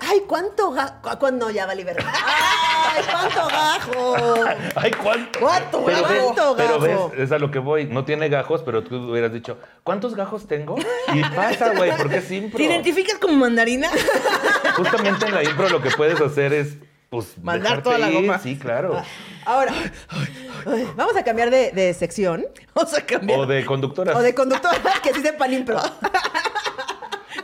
S1: Ay, cuánto gajo. Cuando ya va a liberar. Ay, cuánto gajo.
S3: (laughs) ¡Ay, cuánto!
S1: ¿Cuánto
S3: Pero, ve-
S1: gajo?
S3: pero
S1: gajo?
S3: ves, es a lo que voy. No tiene gajos, pero tú hubieras dicho, ¿cuántos gajos tengo? Y pasa, güey, porque es impro.
S2: ¿Te identificas
S1: (laughs)
S2: como mandarina?
S3: Justamente en la impro lo que puedes hacer es, pues,
S2: Mandar
S3: dejarte
S2: toda la
S3: ir.
S2: goma.
S3: Sí,
S1: Ah,
S3: claro.
S1: Ahora, ay, vamos a cambiar de, de sección.
S2: Vamos a cambiar.
S3: O de conductoras.
S1: O de conductora que dice
S2: (laughs)
S1: panimpro.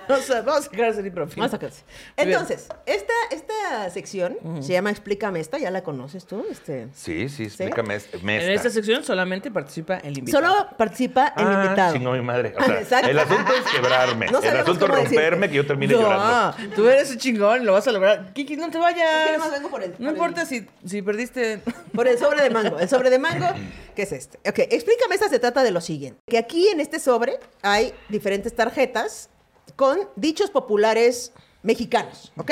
S2: O sea, vamos a sacar ese libro. fin.
S1: Vamos a clase.
S2: Muy bien.
S1: Entonces, esta, esta sección se llama Explícame esta, ya la conoces tú. Este.
S3: Sí, sí, explícame. es- me
S2: En
S3: esta.
S2: esta sección solamente participa el invitado.
S1: Solo participa el
S3: Ah,
S1: invitado.
S3: chingó mi madre. O
S1: (laughs)
S3: sea,
S1: Exacto.
S3: el asunto es quebrarme.
S1: No
S3: el
S1: sabemos
S3: asunto es
S1: cómo decirte.
S3: romperme que yo termine llorando.
S2: No, Ah, tú eres un chingón, lo vas a lograr. Kiki, no te vayas.
S1: Es que nada más vengo por el-
S2: No
S1: por
S2: importa si, si perdiste.
S1: Por el sobre de mango. El sobre de mango, ¿qué es este? Ok, explícame esta, se trata de lo siguiente. Que aquí en este sobre hay diferentes tarjetas con dichos populares mexicanos, ¿ok?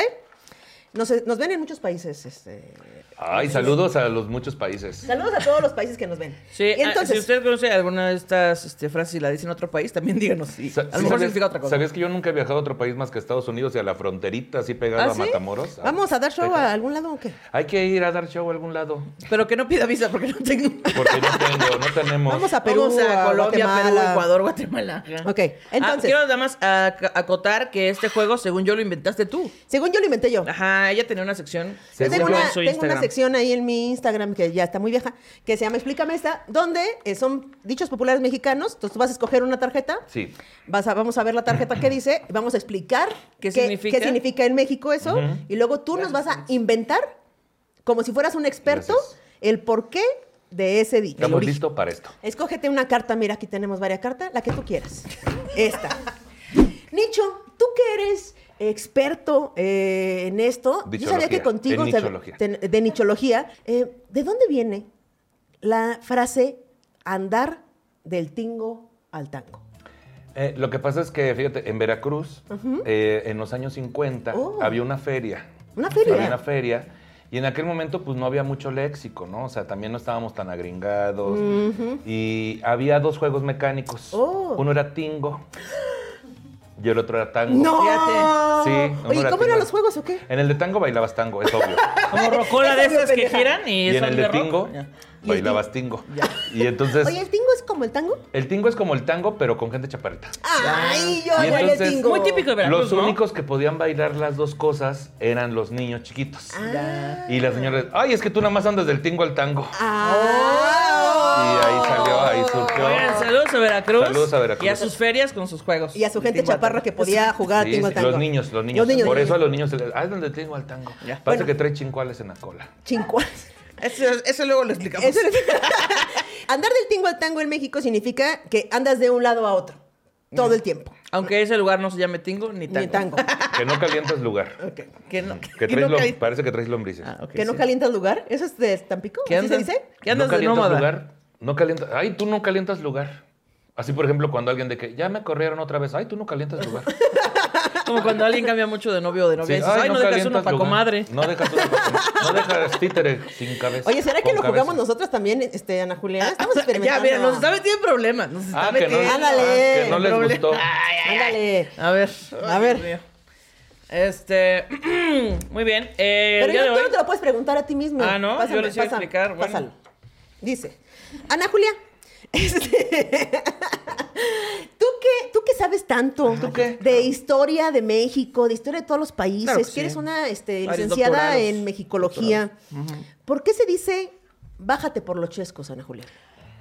S1: Nos, nos ven en muchos países. Este...
S3: Ay, saludos a los muchos países.
S1: Saludos a todos los países que nos ven.
S2: Sí,
S1: Y
S2: entonces, si usted conoce alguna de estas este, frases y la dice en otro país, también díganos. Sí.
S3: Sa-
S2: a lo
S3: sí,
S2: mejor
S3: ¿sabes-
S2: significa otra cosa.
S3: ¿Sabías que yo nunca he viajado a otro país más que a Estados Unidos y a la fronterita, así pegado
S2: ¿Ah,
S3: a
S2: sí?
S3: Matamoros?
S1: ¿Vamos a dar show a algún lado o qué?
S3: Hay que ir a dar show a algún lado.
S2: Pero que no pida visa porque no tengo.
S3: Porque no tengo, no tenemos.
S1: Vamos a Perú,
S2: Vamos a
S1: a
S2: Colombia, Perú,
S1: Guatemala.
S2: Ecuador, Guatemala.
S1: (laughs) Ok,
S2: Ah,
S1: entonces-
S2: quiero nada más ac- acotar que este juego, según yo, lo inventaste tú.
S1: Según yo lo inventé yo.
S2: Ajá, ella tenía una sección.
S1: Yo
S3: Según
S1: tengo,
S3: yo,
S1: una,
S2: en su
S1: tengo una
S2: Instagram.
S1: sección ahí en mi Instagram que ya está muy vieja, que se llama Explícame esta, donde eh, son dichos populares mexicanos. Entonces tú vas a escoger una tarjeta.
S3: Sí.
S1: Vas a- vamos a ver la tarjeta que dice, y vamos a explicar
S2: ¿Qué significa?
S1: significa en México eso. Y luego tú nos vas a inventar, como si fueras un experto,
S3: Gracias.
S1: el porqué de ese dicho.
S3: Estamos listos para esto.
S1: Escógete una carta, mira, aquí tenemos varias cartas, la que tú quieras. Esta.
S2: (laughs)
S1: Nicho, tú que eres experto eh, en esto, yo sabía
S3: Dichología,
S1: que contigo...
S3: en
S1: te-
S3: nichología.
S1: te- de nichología. eh, ¿De dónde viene la frase andar del tingo al tango?
S3: Eh, lo que pasa es que, fíjate, en Veracruz, eh, en los años 50,
S1: Oh.
S3: había una feria.
S1: Una feria.
S3: Había una feria. Y en aquel momento, pues no había mucho léxico, ¿no? O sea, también no estábamos tan agringados. Y había dos juegos mecánicos.
S1: Oh.
S3: Uno era tingo y el otro era tango.
S1: ¡No!
S3: Sí,
S1: Oye,
S3: no
S1: ¿cómo eran
S3: latino.
S1: los juegos o qué?
S3: En el de tango bailabas tango, es
S2: (laughs)
S3: obvio.
S2: Como rocola de
S1: Esa es
S2: esas que
S1: pendeja.
S2: giran y,
S3: y
S2: son
S3: en el de
S2: rock.
S3: tingo
S2: Ya.
S3: bailabas tingo. Y entonces,
S1: Oye, ¿el tingo es como el tango?
S3: el tingo es como el tango, pero con gente chaparrita.
S1: ¡Ay, yo
S3: Y
S1: bailé
S3: entonces-
S1: tingo!
S2: Muy típico de Veracruz,
S3: Los
S2: ¿no?
S3: únicos que podían bailar las dos cosas eran los niños chiquitos. Y las señoras, ay, es que tú nada más andas del tingo al tango.
S1: ¡Ah!
S3: Y ahí salió, ahí surgió.
S2: Oigan, saludos a Veracruz.
S3: Saludos a Veracruz.
S2: Y a sus ferias con sus juegos.
S1: Y a su gente
S2: Tijuana.
S1: chaparra que podía jugar
S3: Sí,
S1: a ah, tingo al
S3: sí,
S1: tango.
S3: Los niños, los niños. Por eso a los niños se les. Ah, es donde tingo al tango. Parece
S1: Bueno.
S3: que trae chincuales en la cola. (laughs)
S1: Chincuas.
S2: Eso, eso luego lo explicamos.
S1: Eso es- (laughs) Andar del tingo al tango en México significa que andas de un lado a otro. Todo el tiempo.
S2: Aunque ese lugar no se llame tingo ni tango.
S1: Ni tango.
S3: Que no calientas lugar.
S2: (laughs) Que no,
S3: Que
S2: que
S3: traes
S2: no
S3: lom-
S2: caí-
S3: Parece que traes lombrices.
S2: Ah, ok,
S1: que no
S2: sí.
S1: calientas lugar. ¿Eso es de Tampico?
S2: ¿Qué
S1: ¿Así se
S2: andas,
S1: dice?
S2: ¿Qué andas
S3: no
S2: de
S3: calientas
S2: nómada?
S3: lugar. No calientas. Ay, tú no calientas lugar. Así, por ejemplo, cuando alguien de que ya me corrieron otra vez. Ay, tú no calientas
S1: (laughs)
S3: lugar.
S2: Como cuando alguien cambia mucho de novio o de novia. y
S3: Sí,
S2: dices, ay, no, dejas
S3: calientas
S2: uno para
S3: lugar.
S2: comadre.
S3: No dejas uno pa' comadre. No dejas títere sin cabeza.
S1: Oye, ¿será que
S3: Pues, con
S1: lo jugamos
S3: cabeza.
S1: nosotras también, este, Ana Julia?
S3: (laughs)
S1: Estamos
S2: (laughs) Ya,
S1: experimentando.
S2: mira, nos está metiendo en problemas. Nos está
S3: Ah, que no,
S2: metiendo.
S1: Ándale.
S3: ah, que no les
S2: Problema.
S1: (laughs)
S3: gustó.
S2: Ay, ay, ay.
S1: Ándale.
S2: A ver.
S1: A
S2: Ay,
S1: ver.
S2: Dios mío. Este. (clears throat) Muy bien. eh,
S1: Pero
S2: el día
S1: yo,
S2: de
S1: tú
S2: hoy-
S1: no te lo puedes preguntar a ti mismo.
S2: Ah, ¿no? Yo
S1: Pásame,
S2: les iba a
S1: pásame,
S2: explicar, bueno.
S1: pásalo. Dice, Ana Julia, (laughs) este, (laughs) ¿tú, qué, ¿tú qué sabes
S2: Ah,
S1: tanto?
S3: ¿Tú qué?
S1: De historia de México, de historia de todos los países.
S2: Claro que
S1: que
S2: sí.
S1: eres una este,
S2: Varios
S1: licenciada
S2: doctorados,
S1: en mexicología. ¿Por qué se dice bájate por los chescos, Ana Julia?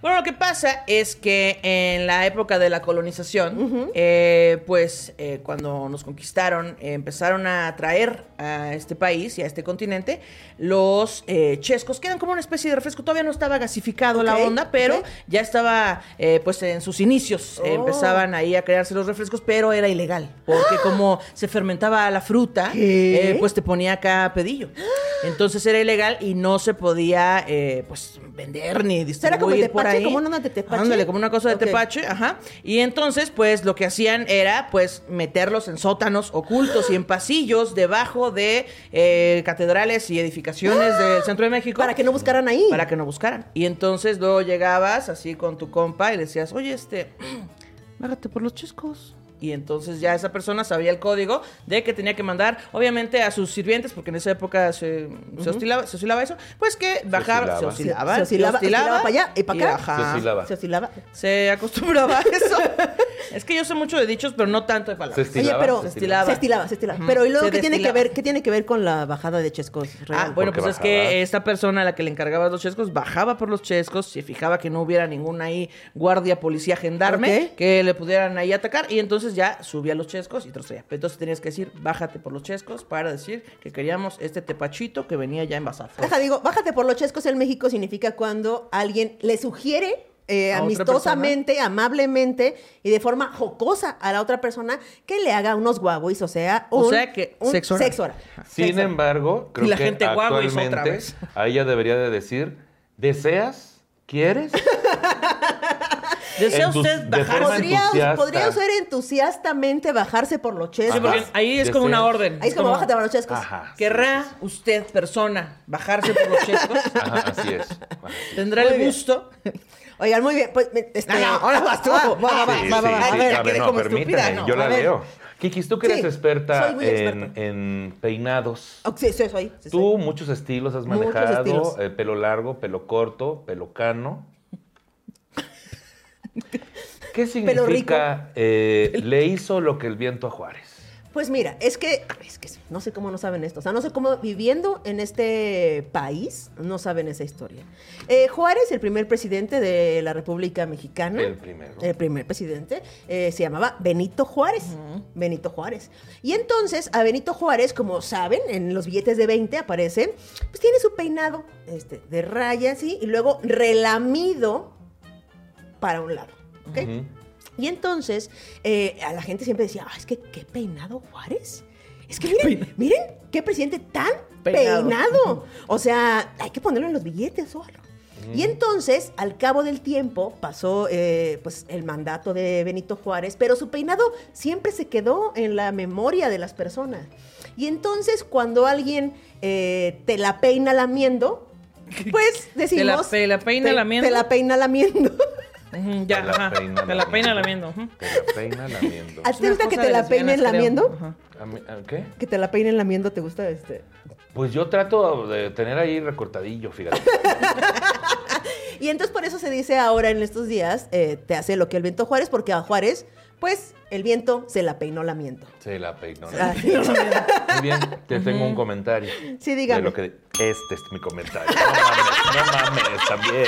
S2: Bueno, lo que pasa es que en la época de la colonización, eh, pues eh, cuando nos conquistaron, eh, empezaron a traer a este país y a este continente los eh, chescos, que eran como una especie de refresco. Todavía no estaba gasificado la
S1: Ok,
S2: onda, pero
S1: ok.
S2: ya estaba eh, pues en sus inicios.
S1: Oh.
S2: Empezaban ahí a crearse los refrescos, pero era ilegal, porque como se fermentaba la fruta,
S1: ¡Ah! ¿Qué? ¡Ah!
S2: eh, pues te ponía acá pedillo. Entonces era ilegal y no se podía eh, pues vender ni distribuir
S1: ¿Será como
S2: ir por
S1: tepache?
S2: ahí.
S1: ¿Como una de tepache?
S2: Ándale, como una cosa de
S1: Ok.
S2: tepache, ajá. Y entonces, pues, lo que hacían era, pues, meterlos en sótanos ocultos y en pasillos debajo de eh, catedrales y edificaciones del centro de México.
S1: ¡Ah! Para que no buscaran ahí.
S2: Para que no buscaran. Y entonces luego llegabas así con tu compa y decías, oye, este, (clears throat) bájate por los chescos. Y entonces ya esa persona sabía el código de que tenía que mandar, obviamente, a sus sirvientes, porque en esa época se, se oscilaba, se oscilaba eso, pues que bajar,
S3: oscilaba.
S2: se oscilaban.
S1: Se oscilaba, oscilaba para allá y para acá.
S2: ajá,
S3: Se oscilaba.
S1: Se oscilaba.
S2: se acostumbraba a eso. (laughs) es que yo sé mucho de dichos, pero no tanto de
S3: Se
S2: palabras.
S1: Oye,
S3: estilaba.
S1: pero
S3: se
S2: estilaba.
S1: se estilaba, se estilaba.
S2: Ujú.
S1: Pero y luego
S2: Se
S1: qué tiene que
S2: destilaba.
S1: ver, qué tiene que ver con la bajada de Chescos
S2: Ah,
S1: real?
S2: bueno,
S3: Porque
S2: pues es
S3: bajabas.
S2: que esta persona a la que le encargabas los chescos bajaba por los chescos, se fijaba que no hubiera ningún ahí guardia, policía, gendarme
S1: Ok.
S2: que le pudieran ahí atacar y entonces ya subía los chescos y trocía. Pero Entonces tenías que decir, bájate por los chescos para decir que queríamos este tepachito que venía ya envasado.
S1: Ajá, digo, bájate por los chescos en México significa cuando alguien le sugiere eh,
S2: ¿A otra
S1: amistosamente, amablemente y de forma jocosa a la otra persona que le haga unos guaguis, o sea,
S2: O
S1: un,
S2: sea que
S1: un
S2: sexo oral.
S1: sexo oral.
S3: Sin
S1: Sexo oral.
S3: embargo, creo
S2: Y la
S3: que
S2: gente guagua hizo otra
S3: actualmente
S2: vez.
S3: a ella debería de decir, ¿deseas? ¿Quieres?
S2: ¿Desea
S3: En tus-
S2: usted
S3: de
S2: bajar?
S3: forma
S2: Sí,
S1: Podría,
S3: entusiasta.
S1: podría usted entusiastamente bajarse por los chescos.
S3: Ajá.
S2: porque
S3: Ajá.
S2: ahí es como una
S3: Deseas.
S2: orden.
S1: Ahí es como, bájate por los chescos.
S3: Ajá.
S2: ¿Querrá usted, persona, bajarse por los chescos?
S1: (laughs)
S3: Ajá, así es. Ajá, sí.
S2: ¿Tendrá
S1: Muy
S2: el
S1: bien.
S2: gusto?
S1: Oigan, muy bien. Pues, me- este,
S2: No, no, ahora vas tú.
S1: Ah, va, va, va,
S3: Sí,
S1: va, va,
S3: sí,
S1: va.
S3: sí.
S1: A ver,
S3: A ver,
S1: quedé
S3: no,
S1: como estúpida.
S3: permítame,
S1: No,
S3: yo la
S1: a ver.
S3: leo. Kikis, tú que eres
S1: Sí,
S3: experta,
S1: soy muy
S3: en,
S1: experta.
S3: en peinados.
S1: Oh, sí, sí, soy. sí,
S3: Tú muchos estilos has
S1: Muchos estilos.
S3: manejado, eh, pelo largo, pelo corto,
S1: (laughs)
S3: pelo cano. ¿Qué significa eh, le hizo lo que el viento a Juárez?
S1: Pues mira, es que, es que no sé cómo no saben esto. O sea, no sé cómo viviendo en este país no saben esa historia. Eh, Juárez, el primer presidente de la República Mexicana.
S3: El primero.
S1: El primer presidente eh, se llamaba Benito Juárez. Benito Juárez. Y entonces, a Benito Juárez, como saben, en los billetes de 20 aparece, pues tiene su peinado este, de raya, ¿sí? Y luego relamido para un lado. ¿ok?
S3: Ujú.
S1: Y entonces eh, a la gente siempre decía, "Ah, es que qué peinado Juárez. Es que miren, miren, qué presidente tan
S2: Peinado.
S1: peinado. O sea, hay que ponerlo en los billetes o algo. Y entonces, al cabo del tiempo, pasó eh, pues, el mandato de Benito Juárez, pero su peinado siempre se quedó en la memoria de las personas. Y entonces, cuando alguien eh, te la peina lamiendo, pues decimos...
S2: (laughs) te la peina
S1: te-
S2: lamiendo?
S1: Te la peina lamiendo. (laughs)
S2: Ujú,
S3: Te
S2: Ya,
S3: la
S2: ajá.
S3: peina
S2: Te la peina
S3: lamiendo.
S2: lamiendo. ujú.
S3: Te la peina lamiendo.
S1: ¿A ti te gusta que te la peinen lamiendo?
S3: A mí- ¿a ¿Qué?
S1: Que te la peinen lamiendo, ¿te gusta este?
S3: Pues yo trato de tener ahí recortadillo, fíjate.
S1: Y entonces por eso se dice ahora en estos días, eh, te hace lo que el viento Juárez, porque a Juárez, pues, el viento se la peinó la miento.
S3: Se la
S1: (laughs)
S3: peinó.
S1: Ah,
S3: lamiendo. Muy bien, te tengo un comentario.
S1: Sí, dígame.
S3: De lo que- este es mi comentario. No mames, no mames, también.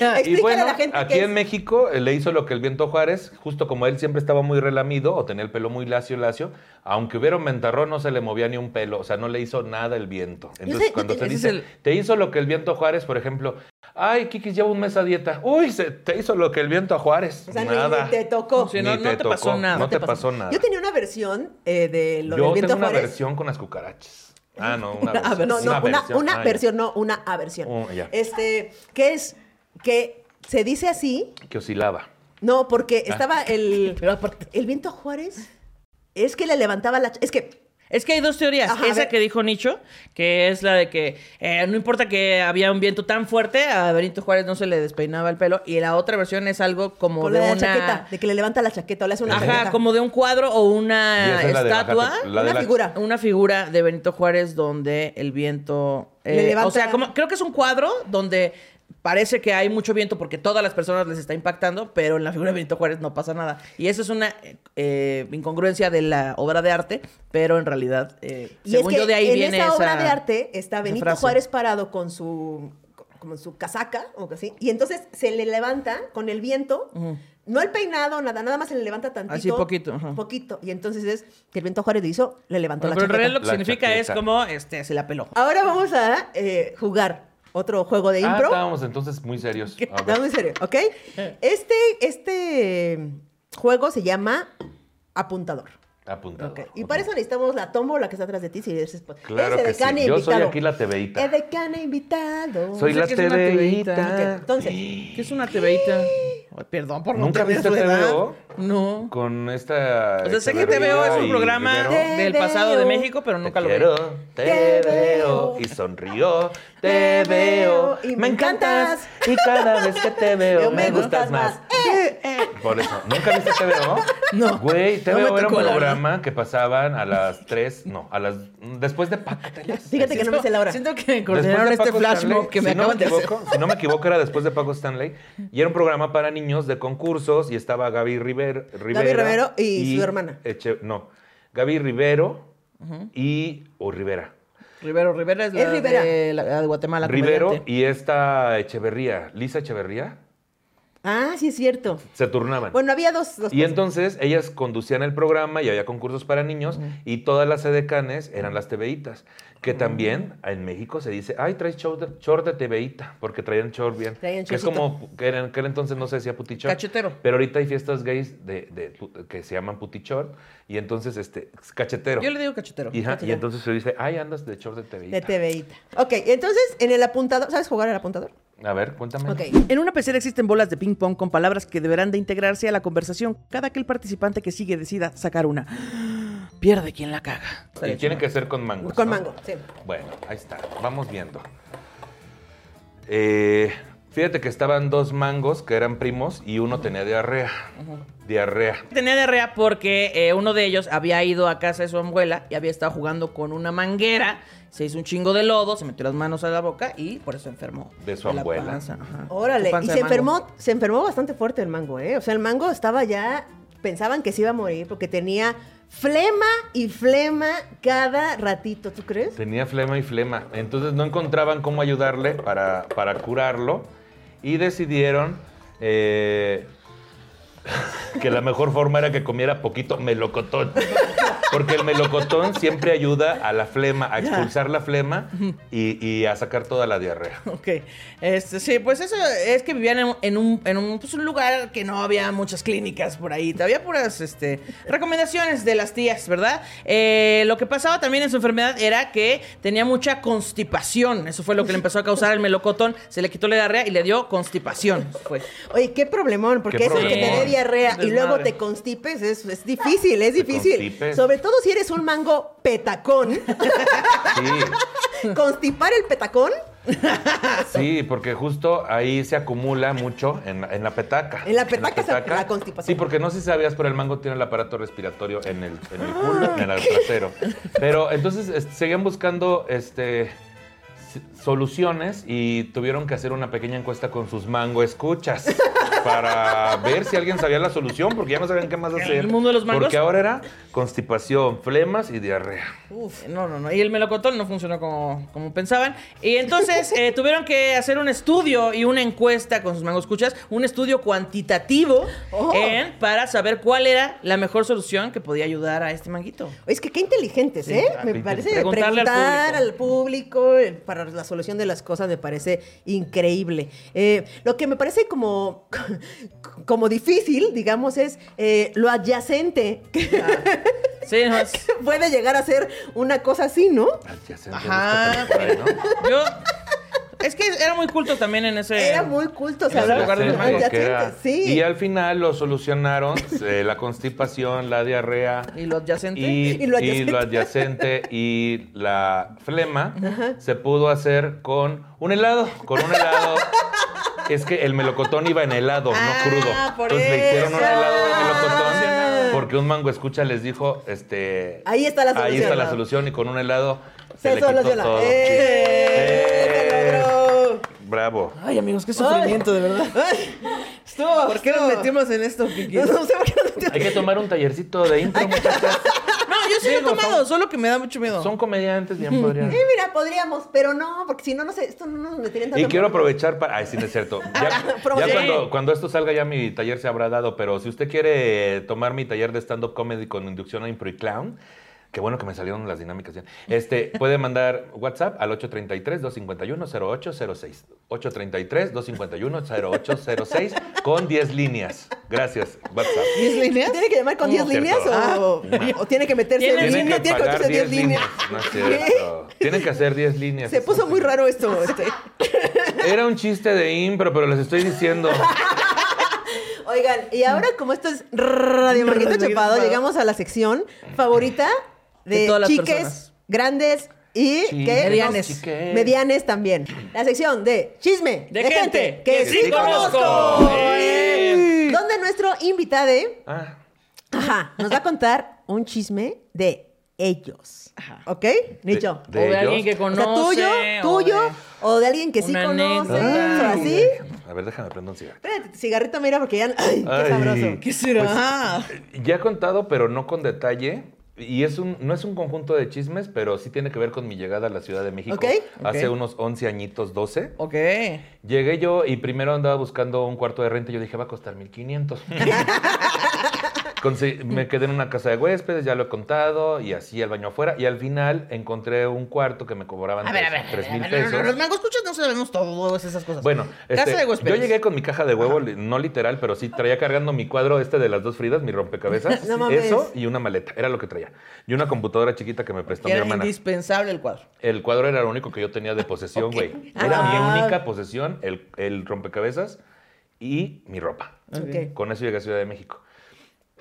S1: Explícale
S3: Y bueno,
S1: a la gente
S3: aquí
S1: qué
S3: en
S1: es.
S3: México eh, le hizo lo que el viento a Juárez, justo como él siempre estaba muy relamido o tenía el pelo muy lacio, lacio, aunque hubiera un ventarrón no se le movía ni un pelo, o sea, no le hizo nada el viento. Entonces,
S1: sé-
S3: cuando
S2: ese
S3: te
S2: es
S3: dice,
S2: el-
S3: te hizo lo que el viento a Juárez, por ejemplo, ay, Kikis lleva un mes a dieta, uy, se- te hizo lo que el viento a Juárez.
S1: O sea, ni-
S3: nada.
S1: ni te tocó.
S2: Sí, no- no te pasó nada.
S3: No te pasó nada.
S1: Yo tenía una versión eh, de lo
S3: Yo
S1: del viento
S3: tengo una
S1: Juárez.
S3: versión con las cucarachas. Ah, no,
S1: (laughs)
S3: una,
S2: Una
S3: versión.
S1: No, no, una, una
S3: Ah, ya.
S1: versión, no, una aversión.
S3: Oh, ya.
S1: Este, que es que se dice así,
S3: Que oscilaba.
S1: no, porque
S3: Ah.
S1: estaba
S2: (laughs)
S1: el, el viento a Juárez, es que le levantaba la... ch- Es que
S2: Es que hay dos teorías.
S1: Ajá, a
S2: Esa
S1: ver.
S2: que dijo Nicho, que es la de que eh, no importa que había un viento tan fuerte, a Benito Juárez no se le despeinaba el pelo. Y la otra versión es algo como
S1: con
S2: de
S1: la
S2: una.
S1: chaqueta, de que le levanta la chaqueta o le hace una
S2: Ajá,
S1: chaqueta.
S2: como de un cuadro o
S3: Y
S2: una
S3: esa es la de
S2: Ah, estatua.
S3: bajarte- la de
S1: una
S3: la-
S1: figura.
S2: Una figura de Benito Juárez donde el viento. eh,
S1: Le levanta-
S2: O sea, como, creo que es un cuadro donde parece que hay mucho viento porque todas las personas les está impactando, pero en la figura de Benito Juárez no pasa nada. Y eso es una eh, incongruencia de la obra de arte, pero en realidad, eh,
S1: Y
S2: según
S1: es que
S2: yo, de ahí
S1: en
S2: viene
S1: esa
S2: esa
S1: obra de arte está Benito
S2: frase.
S1: Juárez parado con su como en su casaca o algo así, y entonces se le levanta con el viento, no el peinado, nada, nada más se le levanta tantito.
S2: Así, poquito, ajá.
S1: Poquito. Y entonces es que el viento Juárez le hizo, le levantó la
S2: Pero en
S1: chaqueta.
S2: realidad lo que
S3: La
S2: significa es
S3: chaqueta.
S2: como este, se la peló.
S1: Ahora vamos a eh, jugar otro juego de
S3: Ah,
S1: impro. (laughs)
S3: estábamos entonces muy serios.
S1: Que-
S3: A ver.
S1: Vamos en serio, ¿ok?
S2: Eh.
S1: Este, este juego se llama apuntador.
S3: Apuntado.
S1: ¿ok? Y para eso necesitamos la tómbola que está atrás de ti. Si eres,
S3: Claro que sí. Yo soy aquí la TVita.
S1: Edecana invitado.
S3: Soy
S2: sé
S3: la
S2: qué es una
S3: TVita.
S2: TVita.
S1: Ok, Entonces,
S2: ¿Qué es una tebeita? Ay, perdón por no
S3: ¿Nunca
S2: tener
S3: viste
S2: su edad.
S3: TVO?
S2: No.
S3: Con esta.
S2: O sea, sé que
S3: Echeverría
S2: TVO es un
S3: y
S2: programa
S3: Rivero.
S1: Te
S2: del pasado de
S1: veo.
S2: México, pero nunca
S3: te
S2: lo vi.
S3: quiero, te
S1: Te veo.
S3: veo y sonrío, te veo y me encantas y cada vez que te veo me gustas más.
S1: Eh,
S3: Por eso, ¿nunca viste TVO?
S2: No.
S3: Güey,
S2: No me
S3: TVO era un
S2: tocó, la
S3: programa que pasaban a las 3, no, a las después de Paco Telas.
S1: Fíjate que no me sé la hora.
S2: Siento que
S3: Después de
S2: coordinaron este
S3: Paco
S2: flash
S3: Stanley,
S2: mob que me
S3: si no
S2: acaban de hacer.
S3: equivoco- Si no me equivoco, era después de Paco Stanley. Y era un programa para niños de concursos y estaba Gaby River, Rivera.
S1: Rivero y su hermana.
S3: Eche- no, Gaby Rivero y... o Rivera.
S2: Rivero, Rivera es la
S1: Es Rivera.
S2: de, la- la de Guatemala.
S3: Rivero
S2: comediante.
S3: y esta Echeverría, Lisa Echeverría,
S1: Ah, sí es cierto.
S3: se turnaban.
S1: Bueno, había dos. dos
S3: y entonces ellas conducían el programa y había concursos para niños y todas las edecanes eran las TVitas, que también en México se dice, ay, traes short de, short de TVita, porque traían short bien.
S1: Traían
S3: que es
S1: shortcito.
S3: como, que en aquel entonces no se decía putichor.
S2: Cachetero.
S3: Pero ahorita hay fiestas gays de, de pu- que se llaman putichor y entonces, este, cachetero.
S2: Yo le digo cachetero.
S3: Ajá, y
S2: cachetero.
S3: entonces se dice, ay, andas de short de TVita.
S1: de TVita. Ok, entonces en el apuntador. ¿Sabes jugar al apuntador?
S3: A ver, cuéntame.
S1: Ok.
S2: En una pecera existen bolas de ping pong con palabras que deberán de integrarse a la conversación cada que el participante que sigue decida sacar una. Pierde quien la caga.
S3: Y tiene que ser con mango.
S1: Con mango, sí.
S3: Bueno, ahí está. Vamos viendo. Eh, fíjate que estaban dos mangos que eran primos y uno tenía diarrea. Diarrea.
S2: Tenía diarrea porque eh, uno de ellos había ido a casa de su abuela y había estado jugando con una manguera. Se hizo un chingo de lodo, se metió las manos a la boca y por eso se enfermó.
S3: De su
S2: la
S3: abuela.
S2: panza, ajá. Su
S1: Órale.
S2: panza
S1: Y
S2: de
S1: se
S2: mango.
S1: enfermó, se enfermó bastante fuerte el mango, ¿eh? O sea, el mango estaba ya. Pensaban que se iba a morir porque tenía flema y flema cada ratito, ¿tú crees?
S3: Tenía flema y flema. Entonces no encontraban cómo ayudarle para, para curarlo y decidieron eh, (laughs) que la mejor forma era que comiera poquito melocotón. Porque el melocotón siempre ayuda a la flema, a expulsar la flema y, y a sacar toda la diarrea.
S2: (laughs) Ok. Este, sí, pues eso es que vivían en, en un, en un, pues, un lugar que no había muchas clínicas por ahí. Había puras este, recomendaciones de las tías, ¿verdad? Eh, lo que pasaba también en su enfermedad era que tenía mucha constipación. Eso fue lo que le empezó a causar el melocotón. Se le quitó la diarrea y le dio constipación. pues. Eso fue.
S1: Oye, qué problemón, porque
S3: Qué
S1: eso de que te dé
S3: problemón.
S1: diarrea y
S2: Desmadre.
S1: luego te constipes es, es difícil, es difícil.
S3: constipes.
S1: Sobre todo si eres un mango
S2: (laughs)
S1: petacón.
S3: Sí.
S1: Constipar el petacón
S3: Sí, porque justo ahí se acumula mucho en, en la petaca.
S1: En la petaca se- la constipación.
S3: Sí, porque no sé si sabías, pero el mango tiene el aparato respiratorio en el, en el culo,
S1: Ah,
S3: en el trasero. Pero entonces es- seguían buscando este s- soluciones y tuvieron que hacer una pequeña encuesta con sus
S1: (laughs)
S3: mango escuchas para ver si alguien sabía la solución porque ya no sabían qué más hacer.
S2: el mundo de los mangos?
S3: Porque ahora era constipación, flemas y diarrea.
S2: Uf, no, no, no. Y el melocotón no funcionó como, como pensaban.
S1: (laughs)
S2: Y entonces eh, tuvieron que hacer un estudio y una encuesta con sus mangoscuchas, un estudio cuantitativo
S1: Oh.
S2: en- para saber cuál era la mejor solución que podía ayudar a este manguito.
S1: Es que qué inteligentes, ¿eh?
S3: ah,
S1: me
S3: qué
S1: parece
S3: inteligente.
S2: Preguntarle al
S1: preguntar al público eh, para la solución de las cosas me parece increíble. Eh, lo que me parece como, (laughs) como difícil, digamos, es eh, lo adyacente que (laughs)
S2: Sí, no, es-
S1: puede llegar a ser una cosa así, ¿no?
S3: Adyacente,
S2: Ajá.
S3: búscate por ahí, ¿no?
S2: Yo. Es que era muy culto también en ese.
S1: Era muy culto, o sea,
S2: En
S1: lo-
S2: el lugar del
S1: lo
S2: mango.
S1: adyacente,
S3: Que era-
S1: sí.
S3: Y al final lo solucionaron, eh, la constipación, la diarrea.
S2: Y lo adyacente.
S3: Y,
S1: Y lo
S3: y lo adyacente y la flema se pudo hacer con un helado, con un helado. Es que el melocotón iba en helado,
S1: Ah,
S3: no crudo.
S1: por
S3: Entonces le hicieron un
S1: eso.
S3: helado de
S1: Ah.
S3: melocotón porque un mango escucha les dijo, este,
S1: Ahí está la
S3: Ahí
S1: solución.
S3: está la solución y con un helado
S1: Se
S3: se, le quitó
S1: soluciona.
S3: todo.
S1: ¡Eh! ¡Se logró!
S3: Bravo.
S2: Ay, amigos, qué sufrimiento, de verdad.
S1: (laughs) Ay, estuvo,
S2: ¿Por qué nos
S1: estuvo.
S2: metimos en esto, Kiki?
S1: No sé por qué nos metimos.
S3: Hay que tomar un tallercito de impro, muchachas.
S2: No, yo sí lo he
S3: Digo,
S2: tomado,
S3: son-
S2: solo que me da mucho miedo.
S3: Son
S1: (laughs)
S3: comediantes, bien podrían.
S1: Eh, mira, podríamos, pero no, porque si no, no sé, esto no nos metería en tanto
S3: Y quiero
S1: problema.
S3: aprovechar para. Ay, sí, no es cierto.
S1: (laughs)
S3: Ya,
S1: Promoción.
S3: ya cuando, cuando esto salga, ya mi taller se habrá dado. Pero si usted quiere tomar mi taller de stand-up comedy con inducción a Impro y Clown, qué bueno que me salieron las dinámicas bien.
S1: (laughs)
S3: Este, puede mandar WhatsApp al 833-251-0806. 833-251-0806 con 10 líneas. Gracias, WhatsApp.
S2: ¿Diez líneas?
S1: ¿Tiene que llamar con 10
S3: No.
S1: líneas o, Ah, o tiene que meterse
S2: Tiene
S1: en
S3: Tienen
S1: línea?
S3: que
S1: Tiene que
S3: pagar
S1: meterse
S3: 10
S1: 10
S3: líneas. No es cierto. Tienen que hacer 10 líneas.
S1: Se puso muy raro esto. Este.
S3: Era un chiste de impro, pero les
S2: (laughs)
S3: estoy diciendo.
S1: Oigan, y ahora como esto es Radio Manguito
S2: Mm. Radio
S1: Chupado,
S2: Chupado.
S1: llegamos a la sección favorita de,
S2: De todas las
S1: chiques
S2: personas.
S1: grandes y
S3: Sí,
S1: que nos-
S2: medianes.
S3: Chiques.
S1: medianes también. La sección de chisme
S2: De
S1: de,
S2: gente
S1: gente,
S2: que
S1: que,
S2: sí
S1: sí,
S2: conozco.
S1: conozco.
S2: ¡Eh!
S1: Donde nuestro invitado
S3: Ah.
S1: ajá, nos va a contar un chisme de ellos.
S2: Ajá.
S1: ¿Ok? Nicho.
S2: o de
S3: ellos.
S2: alguien que
S1: O sea,
S2: conoce.
S1: tuyo, tuyo,
S2: o de-
S1: o de alguien que sí
S2: una
S1: conoce,
S2: anécdota. Ah,
S1: o
S3: Ay,
S1: así.
S3: déjame- A ver, déjame prender un cigarro.
S1: Espérate, cigarrito, mira, porque ya. ¡Ay, qué
S3: Ay.
S1: sabroso!
S2: ¿Qué será?
S3: Ya he contado, pero no con detalle. Y es un, no es un conjunto de chismes, pero sí tiene que ver con mi llegada a la Ciudad de México.
S1: Ok.
S3: Hace
S2: Ok.
S3: unos 11 añitos, 12.
S2: ok.
S3: Llegué yo y primero andaba buscando un cuarto de renta. Yo dije, va a
S2: (laughs)
S3: costar 1500. Conse- me quedé en una casa de huéspedes, ya lo he contado, y así al baño afuera. Y al final encontré un cuarto que me cobraban
S2: A ver, a ver.
S3: tres
S2: a
S3: mil
S2: ver, no, no,
S3: pesos.
S2: no, Los mangos escuchas no sabemos todas esas cosas.
S3: Bueno,
S2: Casa
S3: este,
S2: de huéspedes.
S3: yo llegué con mi caja de huevo, li- no literal, pero sí traía cargando mi cuadro este de las dos Fridas,
S2: (laughs)
S3: mi rompecabezas,
S1: No mames.
S3: eso y una maleta, era lo que traía. Y una computadora chiquita que me prestó
S2: Que
S3: mi
S2: era
S3: hermana.
S2: indispensable el cuadro.
S3: El cuadro era lo único que yo
S2: (laughs)
S3: tenía de posesión, güey. Era
S1: Ah.
S3: mi única posesión, el, el rompecabezas y mi ropa.
S1: Ok.
S3: Con eso llegué a Ciudad de México.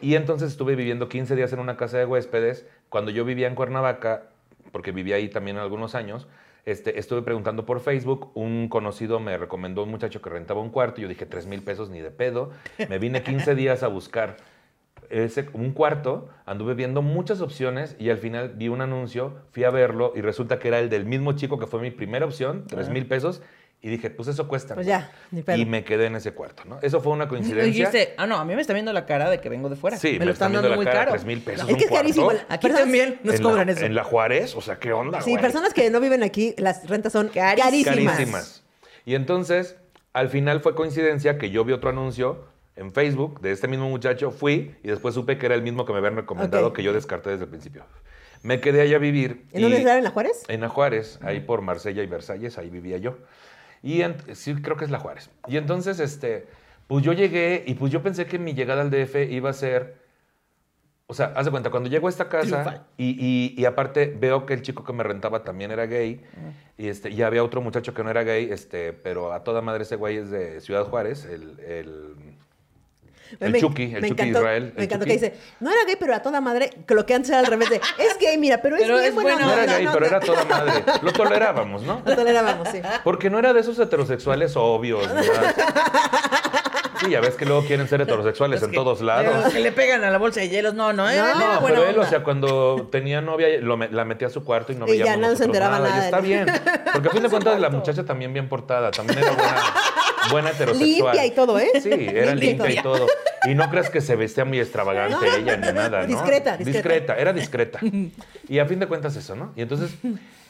S3: Y entonces estuve viviendo 15 días en una casa de huéspedes. Cuando yo vivía en Cuernavaca, porque viví ahí también algunos años, este, estuve preguntando por Facebook. Un conocido me recomendó un muchacho que rentaba un cuarto. Yo dije, 3 mil pesos ni de pedo. Me vine 15 días a buscar ese, un cuarto. Anduve viendo muchas opciones y al final vi un anuncio, fui a verlo y resulta que era el del mismo chico que fue mi primera opción, 3 mil pesos. Y dije, pues eso
S1: Ah.
S3: cuesta.
S1: Pues
S3: güey.
S1: ya, ni pedo.
S3: Y me quedé en ese cuarto, ¿no? Eso fue una
S2: Y
S3: coincidencia.
S1: este,
S2: dijiste, ah, no, a mí me está viendo la cara de que vengo de fuera.
S3: Sí,
S2: me,
S3: me
S2: lo están
S3: están
S2: dando
S3: viendo la
S2: muy
S3: cara,
S2: caro.
S3: 3,000
S1: Es
S3: pesos.
S1: que es
S3: un cuarto.
S1: carísimo.
S2: Aquí también nos
S3: En la-
S2: cobran eso.
S3: En la Juárez, o sea, ¿qué onda,
S1: Sí,
S3: güey?
S1: personas que no viven aquí, las rentas son carísimas.
S3: carísimas. Y entonces, al final fue coincidencia que yo vi otro anuncio en Facebook de este mismo muchacho, fui y después supe que era el mismo que me habían recomendado
S1: Ok.
S3: que yo descarté desde el principio. Me quedé allá a vivir.
S1: ¿En
S3: y-
S1: dónde era? ¿En la Juárez?
S3: En la Juárez, ahí por Marsella y Versalles, ahí vivía yo. Y ent- sí, creo que es la Juárez. Y entonces, este, pues yo llegué y pues yo pensé que mi llegada al DF iba a ser. O sea, haz de cuenta, cuando llego a esta
S2: Triunfal.
S3: casa y, y- y aparte veo que el chico que me rentaba también era gay y, este, y había otro muchacho que no era gay, este, pero a toda madre ese güey es de Ciudad Juárez, el, el, el
S1: Me-
S3: Chucky, el
S1: me
S3: Chucky
S1: encantó-
S3: Israel. el
S1: Me encantó
S3: Chucky.
S1: que dice, no era gay, pero a toda madre, que lo que antes era al revés de, es gay, mira, pero es
S2: Pero
S1: bien
S2: es
S1: buena
S2: buena
S3: No era
S1: onda,
S3: gay,
S1: no,
S3: pero
S1: no".
S3: era toda madre. Lo tolerábamos, ¿no?
S1: Lo tolerábamos, sí.
S3: (laughs) Porque no era de esos heterosexuales obvios, ¿verdad? Sí, ya ves que luego quieren ser heterosexuales
S2: Los
S3: en
S2: que-
S3: todos
S2: los (laughs)
S3: lados.
S2: que le pegan a la bolsa de hielos, no, no, eh,
S1: No,
S2: era
S3: No,
S2: buena
S3: pero él, o
S2: onda.
S3: sea, cuando tenía novia, lo me- la metía a su cuarto y no
S1: Y ya no
S3: veíamos
S1: se
S3: nosotros
S1: enteraba
S3: nada. Y
S1: nada.
S3: está bien. Porque
S1: (laughs)
S3: a fin de cuentas, la muchacha también bien portada. También era buena,
S1: (laughs)
S3: buena heterosexual.
S1: Limpia y todo, ¿eh?
S3: Sí, era limpia,
S1: Limpia y
S3: y todo. Y no creas que se vestía muy extravagante
S1: No.
S3: ella ni nada, ¿no?
S1: Discreta, discreta.
S3: era discreta. Y a fin de cuentas eso, ¿no? Y entonces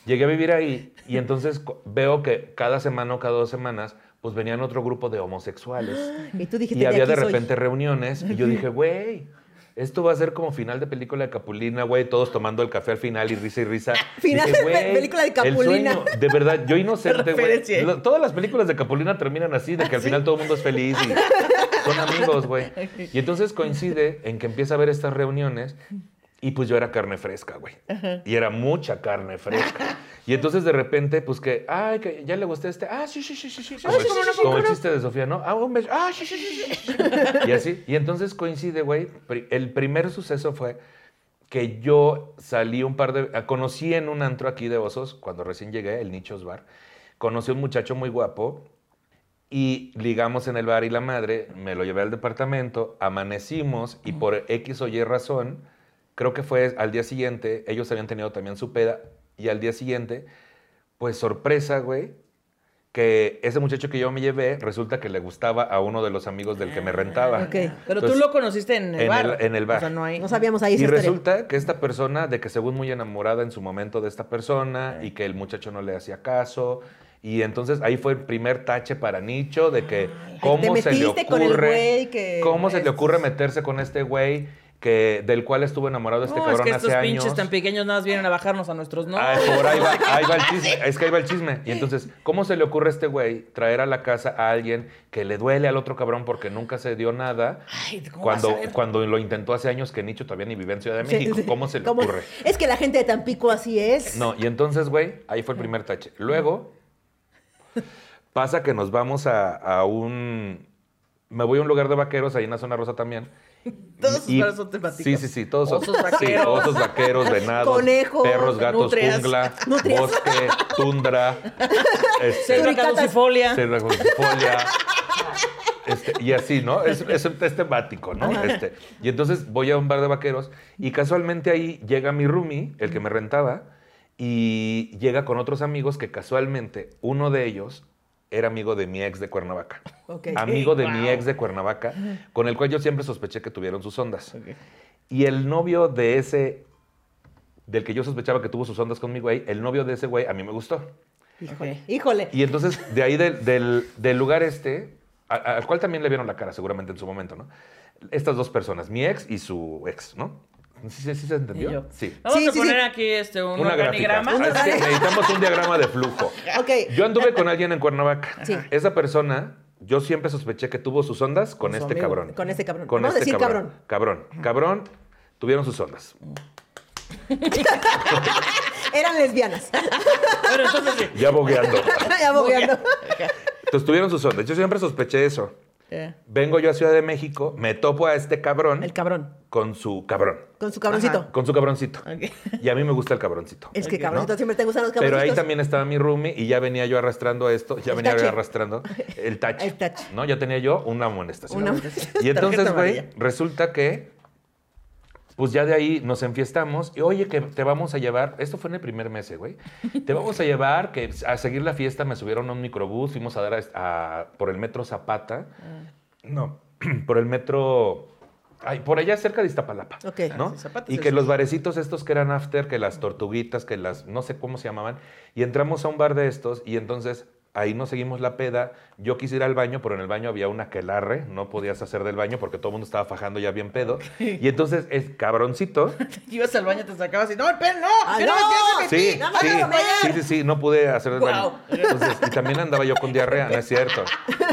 S3: llegué a vivir ahí y entonces cu- veo que cada semana o cada dos semanas pues venían otro grupo de homosexuales.
S1: Y tú dijiste,
S3: Y había de
S1: aquí soy".
S3: repente reuniones y yo dije, güey, esto va a ser como final de película de Capulina, güey, todos tomando el café al final y risa y risa.
S1: (laughs) Final
S3: Dije,
S1: de pe-
S3: "Güey,
S1: película de
S3: el
S1: Capulina".
S3: sueño". de verdad, yo
S1: (laughs)
S3: inocente, güey.
S2: referencia.
S3: Lo- Todas las películas de Capulina terminan así, de que al final todo el mundo es feliz y
S1: (laughs)
S3: son amigos, güey. Y entonces coincide en que empieza a haber estas reuniones y pues yo era carne fresca, güey. Y era mucha carne fresca. Y entonces de repente, pues que, ay, que ya le gusté este. Ah, sí, sí, sí, sí, sí. Como, el-
S1: cómo no, cómo
S3: como el
S1: no.
S3: chiste de Sofía, ¿no? Ah, un beso. Ah, sí, sí, sí, sí, (laughs) sí. Y así. Y entonces coincide, güey. pri- El primer suceso fue que yo salí un par de... ah, Conocí en un antro aquí de Osos, cuando recién llegué, el Nichos Bar. Conocí a un muchacho muy guapo y ligamos en el bar y la madre, me lo llevé al departamento, amanecimos y por X o Y razón, creo que fue al día siguiente, ellos habían tenido también su peda y al día siguiente, pues sorpresa, güey, que ese muchacho que yo me llevé resulta que le gustaba a uno de los amigos del que me rentaba.
S1: Ok.
S2: Pero tú
S3: Entonces,
S2: lo conociste en el
S3: en
S2: bar.
S3: el- en el bar.
S2: O sea, no hay.
S1: No sabíamos ahí esa
S3: y
S1: historia.
S3: resulta que esta persona, de que según muy enamorada en su momento de esta persona y que el muchacho no le hacía caso. Y entonces ahí fue el primer tache para Nicho de que cómo se le
S1: metiste con el
S3: ocurre,
S1: güey que-
S3: cómo se
S1: es-
S3: le ocurre meterse con este güey que del cual estuvo enamorado este
S2: no, es
S3: cabrón
S2: que estos
S3: hace
S2: pinches
S3: años.
S2: tan pequeños nada más vienen a bajarnos a nuestros no.
S3: Ah, por ahí va, ahí va el chisme. Es que ahí va el chisme. Y entonces, ¿cómo se le ocurre a este güey traer a la casa a alguien que le duele al otro cabrón porque nunca se dio nada?
S2: Ay, ¿cómo
S3: cuando,
S2: vas a ver?
S3: cuando lo intentó hace años que Nicho todavía ni vivía en Ciudad de
S1: Sí,
S3: México.
S1: sí.
S3: ¿Cómo se le
S1: ¿Cómo?
S3: ocurre?
S1: Es que la gente de Tampico así es.
S3: No, y entonces, güey, ahí fue el primer tache. Luego, pasa que nos vamos a, a un. Me voy a un lugar de vaqueros ahí en la zona rosa también.
S2: (laughs) Todos sus
S3: Y-
S2: perros son temáticos.
S3: Sí, sí, sí. Todos son-
S2: Osos
S3: sí,
S2: vaqueros.
S3: osos vaqueros, venados.
S1: Conejos,
S3: Perros, gatos,
S2: nutrias.
S3: jungla, bosque,
S2: (laughs)
S3: tundra. este,
S2: Selva
S1: Suricatas.
S2: caducifolia.
S3: selva caducifolia, este, y así, ¿no? Es, es, es temático, ¿no? Este, y entonces voy a un bar de vaqueros y casualmente ahí llega mi roomie, el que me rentaba, y llega con otros amigos que casualmente uno de ellos era amigo de mi ex de Cuernavaca.
S1: Ok.
S3: Amigo de mi
S2: Wow.
S3: ex de Cuernavaca, con el cual yo siempre sospeché que tuvieron sus ondas. Y el novio de ese, del que yo sospechaba que tuvo sus ondas con mi güey, el novio de ese güey a mí me gustó.
S1: Híjole.
S2: Ok.
S1: Híjole.
S3: Y entonces, de ahí del, del- del lugar este, a- a- al cual también le vieron la cara seguramente en su momento, ¿no? Estas dos personas, mi ex y su ex, ¿no? ¿Sí, sí, sí se entendió?
S2: Y yo.
S3: Sí.
S2: Vamos
S1: Sí,
S2: a
S1: sí,
S2: poner
S1: sí.
S2: aquí este, un
S3: Una gráfica.
S2: organigrama.
S3: Ah, es que necesitamos un diagrama de flujo.
S1: Ok.
S3: Yo anduve con alguien en Cuernavaca.
S1: Sí.
S3: Esa persona, yo siempre sospeché que tuvo sus ondas con,
S2: Con su
S3: este
S2: amigo.
S3: cabrón.
S1: Con este cabrón.
S3: Con
S1: Vamos a
S3: este
S1: decir
S3: cabrón. Cabrón. Cabrón, tuvieron sus ondas.
S1: Eran lesbianas. (laughs)
S2: Pero entonces sí.
S3: Ya bogueando.
S1: ya bogeando.
S3: entonces tuvieron sus ondas. Yo siempre sospeché eso.
S2: Eh,
S3: Vengo yo a Ciudad de México, me topo a este cabrón.
S1: El cabrón.
S3: con su cabrón.
S1: Con su cabroncito.
S2: Ajá.
S3: Con su cabroncito.
S2: ok. (laughs)
S3: Y a mí me gusta el cabroncito.
S1: Es que
S2: Ok,
S1: cabroncito,
S3: ¿no?
S1: siempre te gustan los
S3: Pero
S1: cabroncitos.
S3: ahí también estaba mi roomie y ya venía yo arrastrando esto, ya
S1: El
S3: venía
S1: tache.
S3: yo arrastrando el tache.
S1: El tache.
S3: ¿No? Ya tenía yo una amonestación.
S1: Una-
S3: Y entonces,
S2: Tarjeta
S3: güey,
S2: amarilla.
S3: resulta que pues ya de ahí nos enfiestamos y oye que te vamos a llevar, esto fue en el primer mes, eh, güey, te vamos a llevar que a seguir la fiesta me subieron a un microbús, fuimos a dar a- a- por el metro Zapata, no, (clears throat) por el metro, ay, por allá cerca de Iztapalapa,
S1: Ok.
S3: ¿no?
S2: Ah, sí, Zapata
S3: y
S2: es
S3: que
S2: el
S3: los barecitos estos que eran after, que las tortuguitas, que las, no sé cómo se llamaban, y entramos a un bar de estos y entonces... Ahí nos seguimos la peda. Yo quise ir al baño, pero en el baño había una quelarre. No podías hacer del baño porque todo el mundo estaba fajando ya bien pedo. Y entonces, es
S2: (laughs)
S3: cabroncito,
S2: Ibas al baño, te sacabas y no, espera, no,
S1: Ay,
S2: que no,
S1: Ah, no.
S2: me tienes
S3: Sí,
S1: Nada más
S3: sí,
S1: no lo veas.
S3: sí, sí, sí, no pude hacer el baño.
S2: Guau.
S3: Entonces, y también andaba yo con diarrea, no es cierto.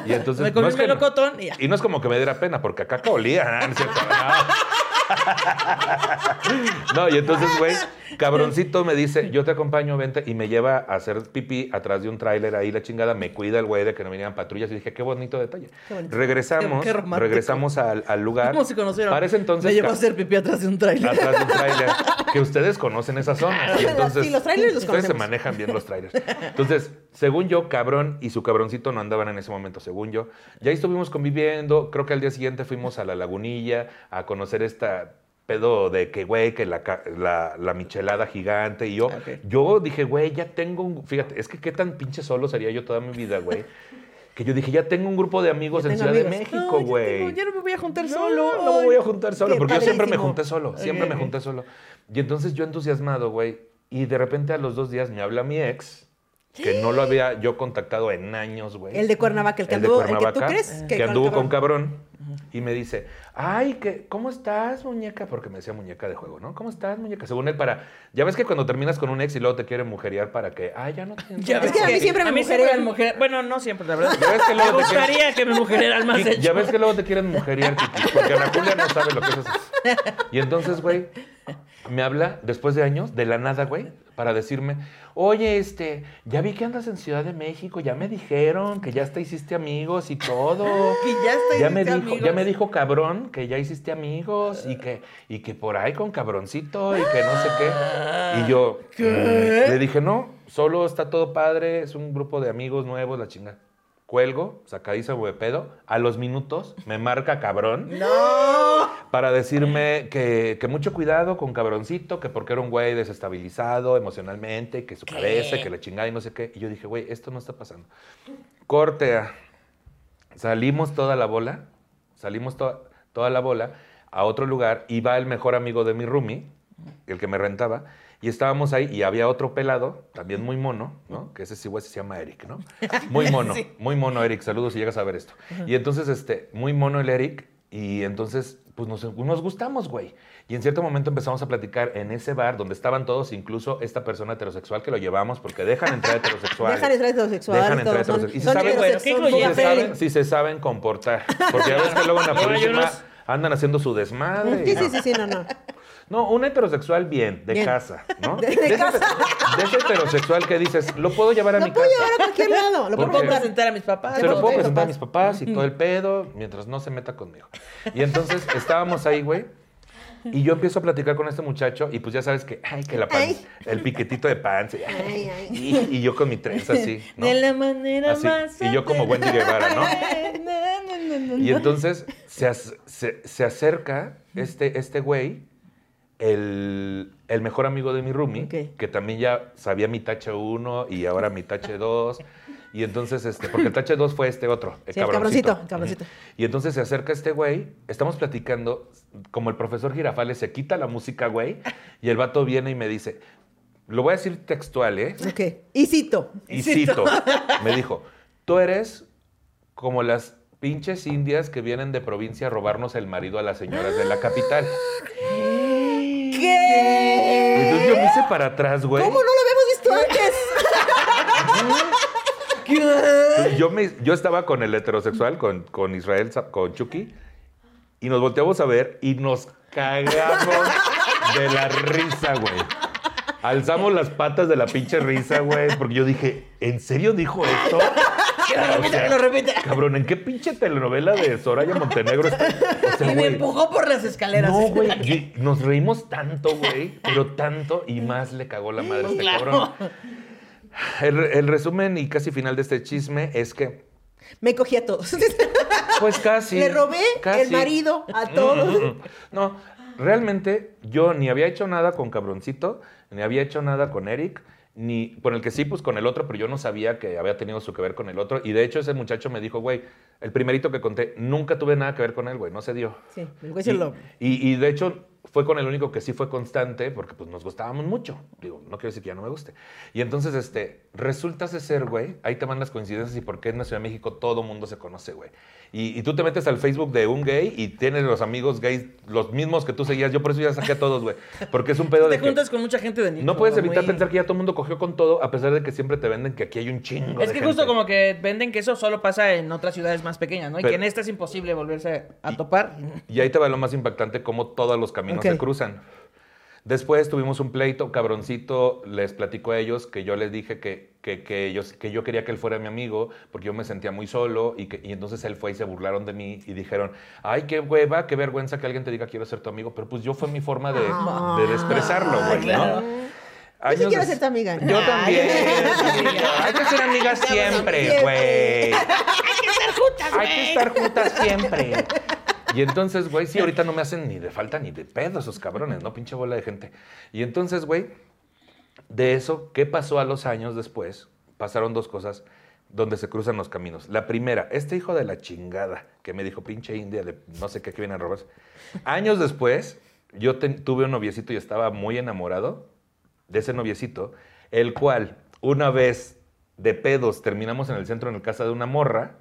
S3: Y entonces
S2: Me comí
S3: no es
S2: un
S3: que-
S2: melocotón y
S3: (laughs)
S2: ya.
S3: no es como que me diera pena, porque acá olía, ¿no? No (laughs) es cierto, no. No, y entonces, güey, cabroncito me dice, yo te acompaño, vente, y me lleva a hacer pipí atrás de un tráiler ahí, la chingada, me cuida el güey de que no vinieran patrullas, y dije, qué bonito detalle. Regresamos,
S2: Qué- qué romántico.
S3: regresamos al, al lugar.
S2: ¿Cómo se conocieron?
S3: Para ese entonces,
S2: Me llevó
S3: ca-
S2: a hacer pipí atrás de un tráiler.
S3: atrás de un tráiler. Que ustedes conocen esa zona.
S1: Claro.
S3: Y entonces,
S1: Ah, Sí, los tráilers los
S3: Ustedes se
S1: conocemos.
S3: manejan bien los trailers. Entonces, según yo, cabrón y su cabroncito no andaban en ese momento, según yo. Ya ahí estuvimos conviviendo. Creo que al día siguiente fuimos a la lagunilla a conocer esta pedo de que, güey, que la, ca- la- la michelada gigante. Y yo,
S1: Ah,
S2: Ok.
S3: yo dije, güey, ya tengo un... Fíjate, es que qué tan pinche solo sería yo toda mi vida, güey. Que yo dije, ya tengo un grupo de amigos
S1: Ya
S3: en
S1: tengo
S3: Ciudad de
S1: amigos.
S3: México, güey.
S2: Ya, no me voy a juntar
S3: No,
S2: solo.
S3: No, me voy a juntar solo,
S1: qué
S3: porque yo siempre me
S1: padrísimo.
S3: junté solo, siempre me junté solo. Y entonces yo entusiasmado, güey, y de repente a los dos días me habla mi ex, que no lo había yo contactado en años, güey.
S1: El de Cuernavaca, el que
S3: El de
S1: anduvo, el que tú
S3: Cuernavaca, eh,
S1: crees
S3: que,
S1: con
S3: anduvo con cabrón. Y me dice, ay, que, ¿cómo estás, muñeca? Porque me decía muñeca de juego, ¿no? ¿Cómo estás, muñeca? Según él, para... Ya ves que cuando terminas con un ex y luego te quiere mujerear para que, ay,
S1: (laughs)
S3: ya no te...
S2: (laughs) Ya
S1: Es
S3: (laughs)
S1: que a mí siempre me mujerean.
S2: mujer- Bueno, no siempre, la verdad.
S3: Ya ves que
S2: Me
S3: luego te quieren-
S2: gustaría que me mujerieran más
S3: Sí,
S2: de
S3: (laughs) ya ves que luego te quieren mujeriar, Kiki, porque Ana Julia no sabe lo que es eso. Y entonces, güey, me habla después de años, de la nada, güey, para decirme, oye, este, ya vi que andas en Ciudad de México, ya me dijeron que ya te hiciste amigos y todo.
S2: Que ya este hasta
S3: Ya me,
S2: hiciste
S3: dijo, ya
S2: amigos.
S3: me dijo cabrón que ya hiciste amigos y que, y que por ahí con cabroncito y que no sé qué. Y yo
S2: ¿Qué?
S3: mm, le dije, no, solo está todo padre, es un grupo de amigos nuevos, la chinga. Cuelgo, sacadiza de pedo. A los minutos me marca cabrón.
S2: No.
S3: para decirme que, que mucho cuidado con cabroncito, que porque era un güey desestabilizado emocionalmente, que su cabeza, que la chingada y no sé qué. Y yo dije, güey, esto no está pasando. Corte. a- Salimos toda la bola, salimos to- toda la bola a otro lugar y va el mejor amigo de mi roomie, el que me rentaba, y estábamos ahí y había otro pelado, también muy mono, ¿no? Que ese sí, güey, se llama Eric, ¿no? Muy mono,
S2: Sí.
S3: muy mono Eric, saludos si llegas a ver esto. Y entonces, este, muy mono el Eric, y entonces, pues nos, nos gustamos, güey. Y en cierto momento empezamos a platicar en ese bar donde estaban todos, incluso esta persona heterosexual que lo llevamos, porque dejan entrar heterosexuales.
S1: Dejan entrar heterosexuales,
S3: Dejan entrar
S1: todos son-
S3: heterosexuales. Y se
S1: son
S3: saben-
S2: heterosexuales, Bueno, qué
S3: si se,
S2: incluyente.
S3: saben, si se saben comportar. Porque ya ves que luego en la
S2: Luego hay
S3: política
S2: unos-
S3: andan haciendo su desmadre. y
S1: Sí,
S3: no.
S1: sí, sí, sí, no, no.
S3: No, un heterosexual bien, de
S1: Bien.
S3: casa,
S1: (laughs)
S3: ¿no?
S1: De- de
S3: ese-
S1: casa.
S3: de ese heterosexual que dices, lo puedo llevar a
S1: Lo
S3: mi
S1: puedo
S3: casa.
S1: llevar a cualquier lado. Lo puedo
S2: ¿Lo
S3: ¿Por
S2: puedo
S3: qué? (laughs)
S1: comprar.
S2: presentar a mis papás?
S3: Se lo puedo
S1: Pero-
S3: presentar a mis papás y todo el pedo, mientras no se meta conmigo. Y entonces estábamos ahí, güey. Y yo empiezo a platicar con este muchacho y pues ya sabes que, ay, que la pan,
S1: Ay.
S3: el piquetito de pan, sí,
S1: Ay, ay.
S3: Y, y yo con mi trenza así, ¿no?
S2: De la manera
S3: Así.
S2: más...
S3: Y yo como Wendy Guevara, ¿no? Y entonces se, ac- se- se acerca este, este güey, el, el mejor amigo de mi roomie,
S1: Ok.
S3: que también ya sabía mi tache 1 y ahora mi tache 2. Y entonces, este, porque el tache 2 fue este otro, el
S1: Sí, el
S3: cabroncito.
S1: cabroncito, el cabroncito.
S3: Ujú. Y entonces se acerca este güey, estamos platicando, como el profesor Girafales se quita la música, güey, y el vato viene y me dice, lo voy a decir textual, ¿eh?
S1: Ok. Y cito.
S3: Y cito, me dijo, tú eres como las pinches indias que vienen de provincia a robarnos el marido a las señoras de la capital. Y
S1: ¿Qué?
S3: entonces yo me hice para atrás, güey.
S1: ¿Cómo no lo habíamos visto antes?
S3: (laughs) Y Yo, me, yo estaba con el heterosexual, con, con Israel, Sa- con Chucky, y nos volteamos a ver y nos cagamos de la risa, güey. Alzamos las patas de la pinche risa, güey, porque yo dije, ¿en serio dijo esto?
S2: Que lo repita, que lo repita.
S3: Cabrón, ¿en qué pinche telenovela de Soraya Montenegro está? O sea,
S2: Y me
S3: güey,
S2: empujó por las escaleras.
S3: No, güey. y Nos reímos tanto, güey. Pero tanto y más le cagó la madre a este
S2: Claro.
S3: cabrón. El, re- el resumen y casi final de este chisme es que,
S1: Me cogí a todos. (laughs)
S3: pues casi.
S1: Le robé el
S3: casi.
S1: marido a
S3: Mm,
S1: todos.
S3: mm, mm. No, realmente yo ni había hecho nada con Cabroncito, ni había hecho nada con Eric, ni con el que sí, pues con el otro, pero yo no sabía que había tenido su que ver con el otro. Y de hecho ese muchacho me dijo, güey, el primerito que conté, nunca tuve nada que ver con él, güey, no se dio.
S1: Sí, el güey se lo-
S3: Y, y de hecho fue con el único que sí fue constante porque pues nos gustábamos mucho. Digo, no quiero decir que ya no me guste. Y entonces, este, resulta de ser, güey, ahí te van las coincidencias y por qué en la Ciudad de México todo mundo se conoce, güey. Y, y tú te metes al Facebook de un gay y tienes los amigos gays, los mismos que tú seguías. Yo por eso ya saqué a todos, güey. Porque es un pedo
S2: Te
S3: de
S2: juntas
S3: que
S2: con mucha gente de nicho,
S3: no puedes
S2: güey.
S3: evitar pensar que ya todo el mundo cogió con todo a pesar de que siempre te venden que aquí hay un chingo
S2: Es
S3: de
S2: que justo
S3: gente.
S2: como que venden que eso solo pasa en otras ciudades más pequeñas, ¿no? Y
S3: Pero-
S2: que en esta es imposible volverse a topar.
S3: Y ahí te va lo más impactante, cómo todos los caminos
S1: Ok.
S3: se cruzan. Después tuvimos un pleito, cabroncito, les platico a ellos que yo les dije que, que, que ellos, que yo quería que él fuera mi amigo porque yo me sentía muy solo y, que, y entonces él fue y se burlaron de mí y dijeron, ay, qué hueva, qué vergüenza que alguien te diga quiero ser tu amigo, pero pues yo fue mi forma de,
S2: Ah.
S1: Ah.
S3: de expresarlo, güey,
S2: claro.
S3: ¿no?
S1: Yo sí
S3: Años
S1: quiero
S3: des-
S1: ser tu amiga.
S3: Yo también. Hay que ser amigas siempre, güey. Hay que estar juntas siempre. Y entonces, güey, sí, ahorita no me hacen ni de falta ni de pedo esos cabrones, ¿no? Pinche bola de gente. Y entonces, güey, de eso, ¿qué pasó a los años después? Pasaron dos cosas donde se cruzan los caminos. La primera, este hijo de la chingada que me dijo, pinche india, de no sé qué, que viene a robarse. Años después, yo ten- tuve un noviecito y estaba muy enamorado de ese noviecito, el cual una vez de pedos terminamos en el centro, en la casa de una morra.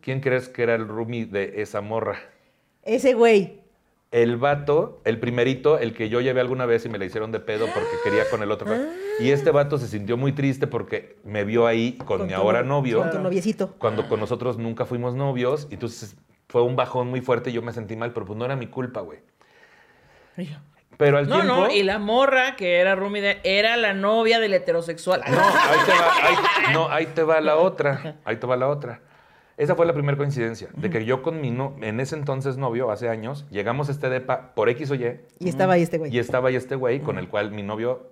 S3: ¿Quién crees que era el roomie de esa morra?
S1: Ese güey.
S3: El vato, el primerito, el que yo llevé alguna vez y me le hicieron de pedo porque quería con el otro. Y este vato se sintió muy triste porque me vio ahí con, mi
S1: tu
S3: ahora
S1: no-
S3: novio.
S1: Con tu noviecito.
S3: Cuando con nosotros nunca fuimos novios. Y entonces fue un bajón muy fuerte y yo me sentí mal, pero pues no era mi culpa, güey. Pero al
S2: No,
S3: tiempo...
S2: no, y la morra que era Rumi era la novia del heterosexual.
S3: No, ahí te va, ahí- no, ahí te va la otra. Ahí te va la otra. Esa fue la primera coincidencia, de que yo con mi no, en ese entonces novio, hace años, llegamos a este depa por X o Y,
S1: Y estaba ahí este güey.
S3: y estaba ahí este güey con el cual mi novio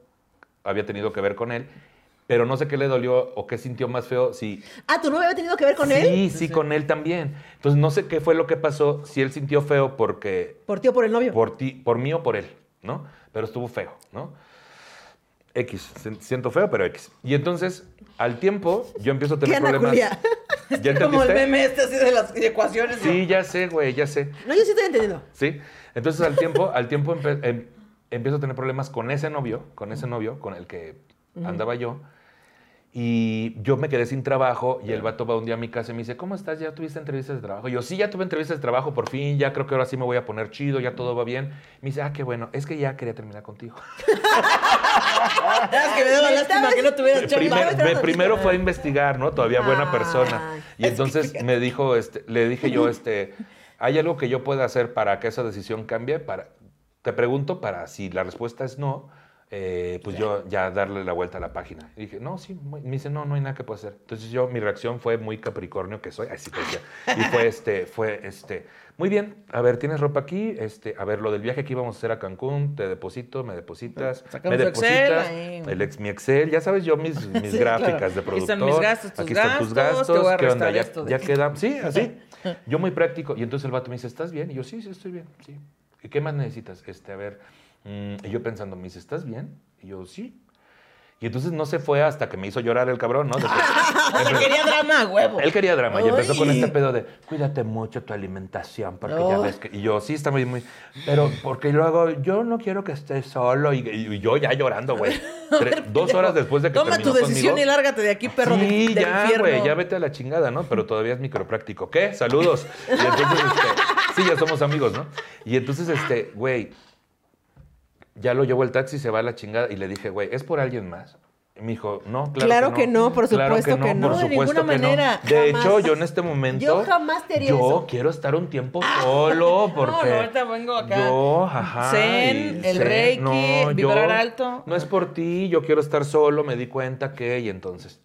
S3: había tenido que ver con él. pero no sé qué le dolió o qué sintió más feo, si
S1: Ah, ¿tu novio había tenido que ver con
S3: sí,
S1: él?
S3: Sí, con él también. Entonces no sé qué fue lo que pasó, si él sintió feo porque
S1: ¿Por ti o por el novio?
S3: por ti, por mí o por él, ¿no? Pero estuvo feo, ¿no? X, se- siento feo, pero X. Y entonces, al tiempo, yo empiezo a
S1: ¿Qué
S3: tener problemas.
S1: anaculia?
S3: ¿Ya
S2: (laughs) (laughs)
S3: entendiste?
S2: Como el meme este así de las ecuaciones. ¿no?
S3: Sí, ya sé, güey, ya sé.
S1: No, yo sí estoy entendiendo.
S3: ¿Sí? Entonces al tiempo, al tiempo empe- em- empiezo a tener problemas con ese novio, con ese novio con el que andaba yo. Y yo me quedé sin trabajo y el vato va un día a mi casa y me dice, ¿cómo estás? ¿Ya tuviste entrevistas de trabajo? Y yo, sí, ya tuve entrevistas de trabajo, por fin, ya creo que ahora sí me voy a poner chido, ya todo va bien. Me dice, ah, qué bueno, es que ya quería terminar contigo.
S2: Ah, Es que me daba
S1: Me
S2: lástima
S1: estabas-
S2: que no tuvieras
S1: Me
S2: chamba.
S1: primer-
S3: Primero-
S1: estaba
S3: me
S1: tratando-
S3: primero fue a investigar, ¿no? Todavía buena persona. Y
S2: Ah.
S3: entonces me dijo, este, le
S2: (laughs)
S3: dije yo, este, ¿hay algo que yo pueda hacer para que esa decisión cambie? Para, te pregunto para si la respuesta es no, eh, pues yo ya darle la vuelta a la página. Y dije, no, sí, muy- me dice, no, no hay nada que pueda hacer. Entonces yo, mi reacción fue muy capricornio que soy, así
S2: (laughs)
S3: que decía. Y fue este, fue este, muy bien, a ver, tienes ropa aquí, este, a ver, lo del viaje que íbamos a hacer a Cancún, te deposito, me depositas,
S2: Sacamos
S3: me
S2: tu Excel,
S3: depositas,
S2: ahí.
S3: el ex, mi Excel, ya sabes
S2: (laughs)
S3: yo mis, mis
S2: Sí,
S3: gráficas
S2: claro. Aquí
S3: de productor.
S2: están mis gastos, tus
S3: aquí están tus
S2: gastos, te voy a
S3: gastos, ¿qué onda?
S2: restar
S3: Ya,
S2: esto de
S3: ya
S2: aquí.
S3: queda, sí,
S2: (laughs)
S3: así. Yo muy práctico. Y entonces el vato me dice, ¿estás bien? Y yo, sí, sí, estoy bien, sí. ¿Y qué más necesitas? Este, a ver, mm, y yo pensando, me dice, ¿estás bien? Y yo, sí. Y entonces no se fue hasta que me hizo llorar el cabrón, ¿no? De
S2: (laughs)
S3: que- (laughs)
S2: Ah, quería drama, huevo.
S3: él quería drama y empezó con
S2: Ay. Oh.
S3: este pedo de cuídate mucho tu alimentación porque ya
S2: No.
S3: ves que... Y yo, sí, está muy, muy... Pero porque luego yo no quiero que estés solo y, y yo ya llorando,
S2: (laughs)
S3: güey. Tre- Dos horas después de que
S2: Toma tu
S3: terminó
S2: decisión
S3: conmigo.
S2: y lárgate de aquí, perro del-
S3: Sí,
S2: del,
S3: ya,
S2: infierno.
S3: güey, ya vete a la chingada, ¿no? Pero todavía es micropráctico. ¿Qué? Saludos. Y entonces, este, sí, ya somos amigos, ¿no? Y entonces, este, güey, ya lo llevo el taxi, se va a la chingada y le dije, güey, ¿es por alguien más? Y me dijo, no, claro,
S1: Claro que no, por
S3: Claro
S1: supuesto que no.
S3: Por
S2: No, de
S3: supuesto
S2: ninguna
S3: que no.
S2: manera,
S3: De
S1: jamás.
S3: hecho, yo en este momento.
S1: Yo jamás te haría
S3: yo
S1: eso.
S3: quiero estar un tiempo solo porque.
S2: no, ahorita vengo acá.
S3: Yo, ajá.
S2: Zen,
S3: y
S2: el reiki, vibrar alto.
S3: No es por ti, yo quiero estar solo, me di cuenta que, y entonces.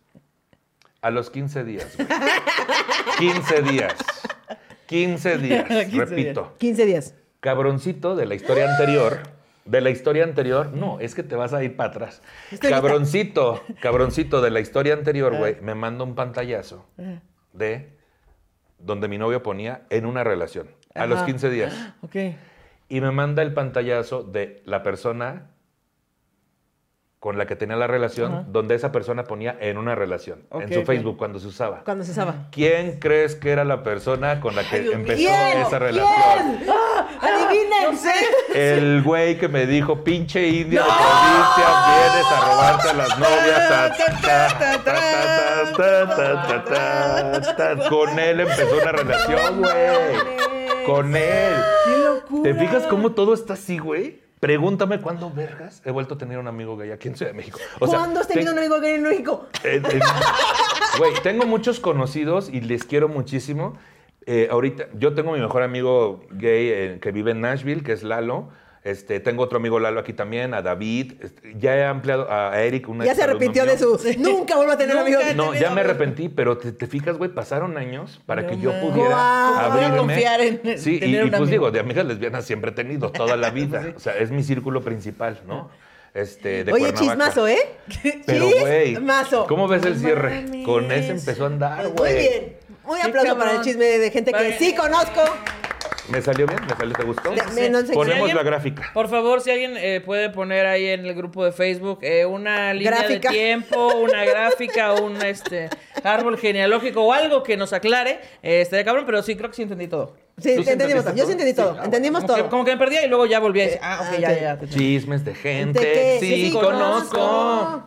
S3: A los 15 días.
S2: (laughs)
S3: güey. 15 días.
S2: (laughs)
S3: 15 días,
S2: 15 días.
S3: repito.
S1: 15 días.
S3: Cabroncito de la historia anterior. De la historia anterior, no, es que te vas a ir para atrás. Cabroncito, cabroncito de la historia anterior,
S2: Ah.
S3: güey, me manda un pantallazo de donde mi novio ponía en una relación a los
S2: Ajá.
S3: 15 días
S2: Ok.
S3: y me manda el pantallazo de la persona con la que tenía la relación, donde esa persona ponía en una relación,
S2: Ok,
S3: en su
S2: ok.
S3: Facebook cuando se usaba.
S1: Cuando se usaba.
S3: ¿Quién crees que era la persona con la que
S2: Dios mío.
S3: empezó
S1: ¿Quién? ¡Ah!
S2: (laughs)
S3: esa relación?
S1: Adivinen.
S3: El güey que me dijo, pinche india de provincia, vienes a robarte a las novias. ta, ta, ta, ta, ta, ta, ta, ta, ta, ta. Con él empezó una relación, güey. Con él.
S2: ¡Qué locura!
S3: ¿Te fijas cómo todo está así, güey? Pregúntame cuándo vergas he vuelto a tener un amigo gay aquí en Ciudad de México. O sea,
S1: ¿Cuándo has tenido un
S3: te-
S1: amigo gay en México?
S3: en- en- Güey, tengo muchos conocidos y les quiero muchísimo. Eh, ahorita, yo tengo mi mejor amigo gay eh, que vive en Nashville, que es Lalo. Este, tengo otro amigo Lalo aquí también, a David. Este, ya he ampliado a Eric una
S1: Ya se
S3: exalumno
S1: arrepintió de
S3: mío.
S1: su. Nunca vuelvo a tener
S2: Nunca
S1: amigos.
S2: he
S3: No,
S2: tenido
S3: ya me
S2: amigos.
S3: arrepentí, pero te, te fijas, güey, pasaron años para
S2: No
S3: que yo
S2: mames.
S3: pudiera
S1: Guau.
S2: Voy a
S3: abrirme.
S2: confiar en
S3: sí, y-
S2: tener
S3: y,
S2: un
S3: pues
S2: amigo.
S3: digo, de amigas lesbianas siempre he tenido toda la vida. O sea, es mi círculo principal, ¿no? Este, de
S1: Oye,
S3: Cuernavaca.
S1: chismazo, ¿eh? (laughs)
S3: Pero, güey,
S1: Chismazo.
S3: ¿cómo ves el
S2: No
S3: cierre?
S2: mames.
S3: Con ese empezó a andar,
S1: Muy
S3: güey.
S1: bien. Un
S2: Qué
S1: aplauso
S2: cabrón.
S1: para el chisme de gente que
S2: Vale.
S1: sí conozco.
S3: ¿Me salió bien? ¿Me salió? ¿Te gustó?
S1: Sí, sí, sí. Menos
S3: Ponemos
S2: sexual.
S3: la gráfica.
S2: Por favor, si alguien eh, puede poner ahí en el grupo de Facebook eh, una línea
S1: Gráfica.
S2: de tiempo,
S1: (laughs)
S2: una gráfica, un este árbol genealógico o algo que nos aclare, eh, estaría cabrón, pero sí, creo que sí entendí todo.
S1: Sí,
S3: ¿Tú
S1: entendimos
S3: sí entendiste
S1: todo. Yo sí
S3: todo?
S1: entendí
S3: Sí,
S1: todo.
S3: ah,
S1: Entendimos
S2: Como que,
S1: todo.
S2: como que me perdía y luego ya volví a decir, ah, ok,
S1: Ah,
S2: ya,
S1: ok.
S2: ya. te-
S3: Chismes de gente
S1: que
S3: que sí, conozco.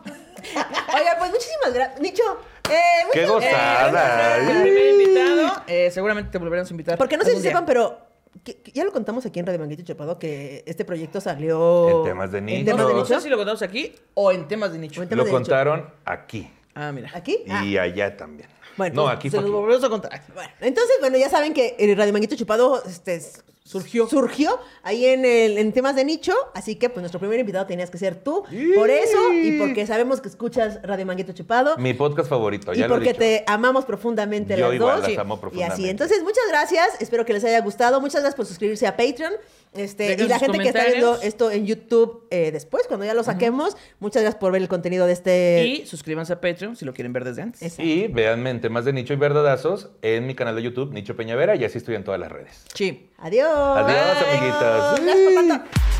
S1: Oiga, pues muchísimas gracias. Nicho, eh,
S3: Qué
S1: muchas gracias.
S3: gozada.
S2: El primer invitado, eh, seguramente te volveremos a invitar.
S1: Porque no sé si
S2: algún día.
S1: sepan, pero que- que ya lo contamos aquí en Radio Manguito y Chapado que este proyecto salió.
S3: En temas de nicho.
S1: temas de
S2: No
S1: nicho.
S2: sé si lo contamos aquí o en temas de nicho.
S1: O en temas
S3: Lo
S1: de nicho.
S3: contaron aquí
S2: Ah, mira.
S1: ¿Aquí? Ah,
S3: y allá también.
S1: Bueno,
S3: no,
S1: pues,
S3: aquí
S2: Se
S3: fue
S2: los
S3: aquí.
S2: volveremos a contar.
S1: Bueno, entonces, bueno, ya saben que el Radio Manguito Chupado este, es-
S2: Surgió.
S1: Surgió ahí en, el- en temas de nicho, así que pues nuestro primer invitado tenías que ser tú. Por eso y porque sabemos que escuchas Radio Manguito Chupado.
S3: Mi podcast favorito, ya
S1: y
S3: lo he
S1: porque
S3: dicho.
S1: te amamos profundamente
S3: Yo
S1: las
S3: igual
S1: dos.
S3: las
S1: Sí. Y
S3: amo
S1: así.
S3: profundamente.
S1: Entonces, muchas gracias. Espero que les haya gustado. Muchas gracias por suscribirse a Patreon. Este,
S2: Dejen
S1: y la
S2: sus
S1: gente que está viendo
S2: comentarios.
S1: esto en YouTube eh, después, cuando ya lo saquemos, muchas gracias por ver el contenido de este.
S2: Y suscríbanse a Patreon si lo quieren ver desde antes.
S1: Es-
S3: Y véanme en temas de nicho y verdadazos en mi canal de YouTube, Nicho Peñavera, y así estoy en todas las redes.
S2: Sí.
S1: Adiós.
S3: Adiós,
S2: Bye.
S3: amiguitas.
S1: Gracias por tanto.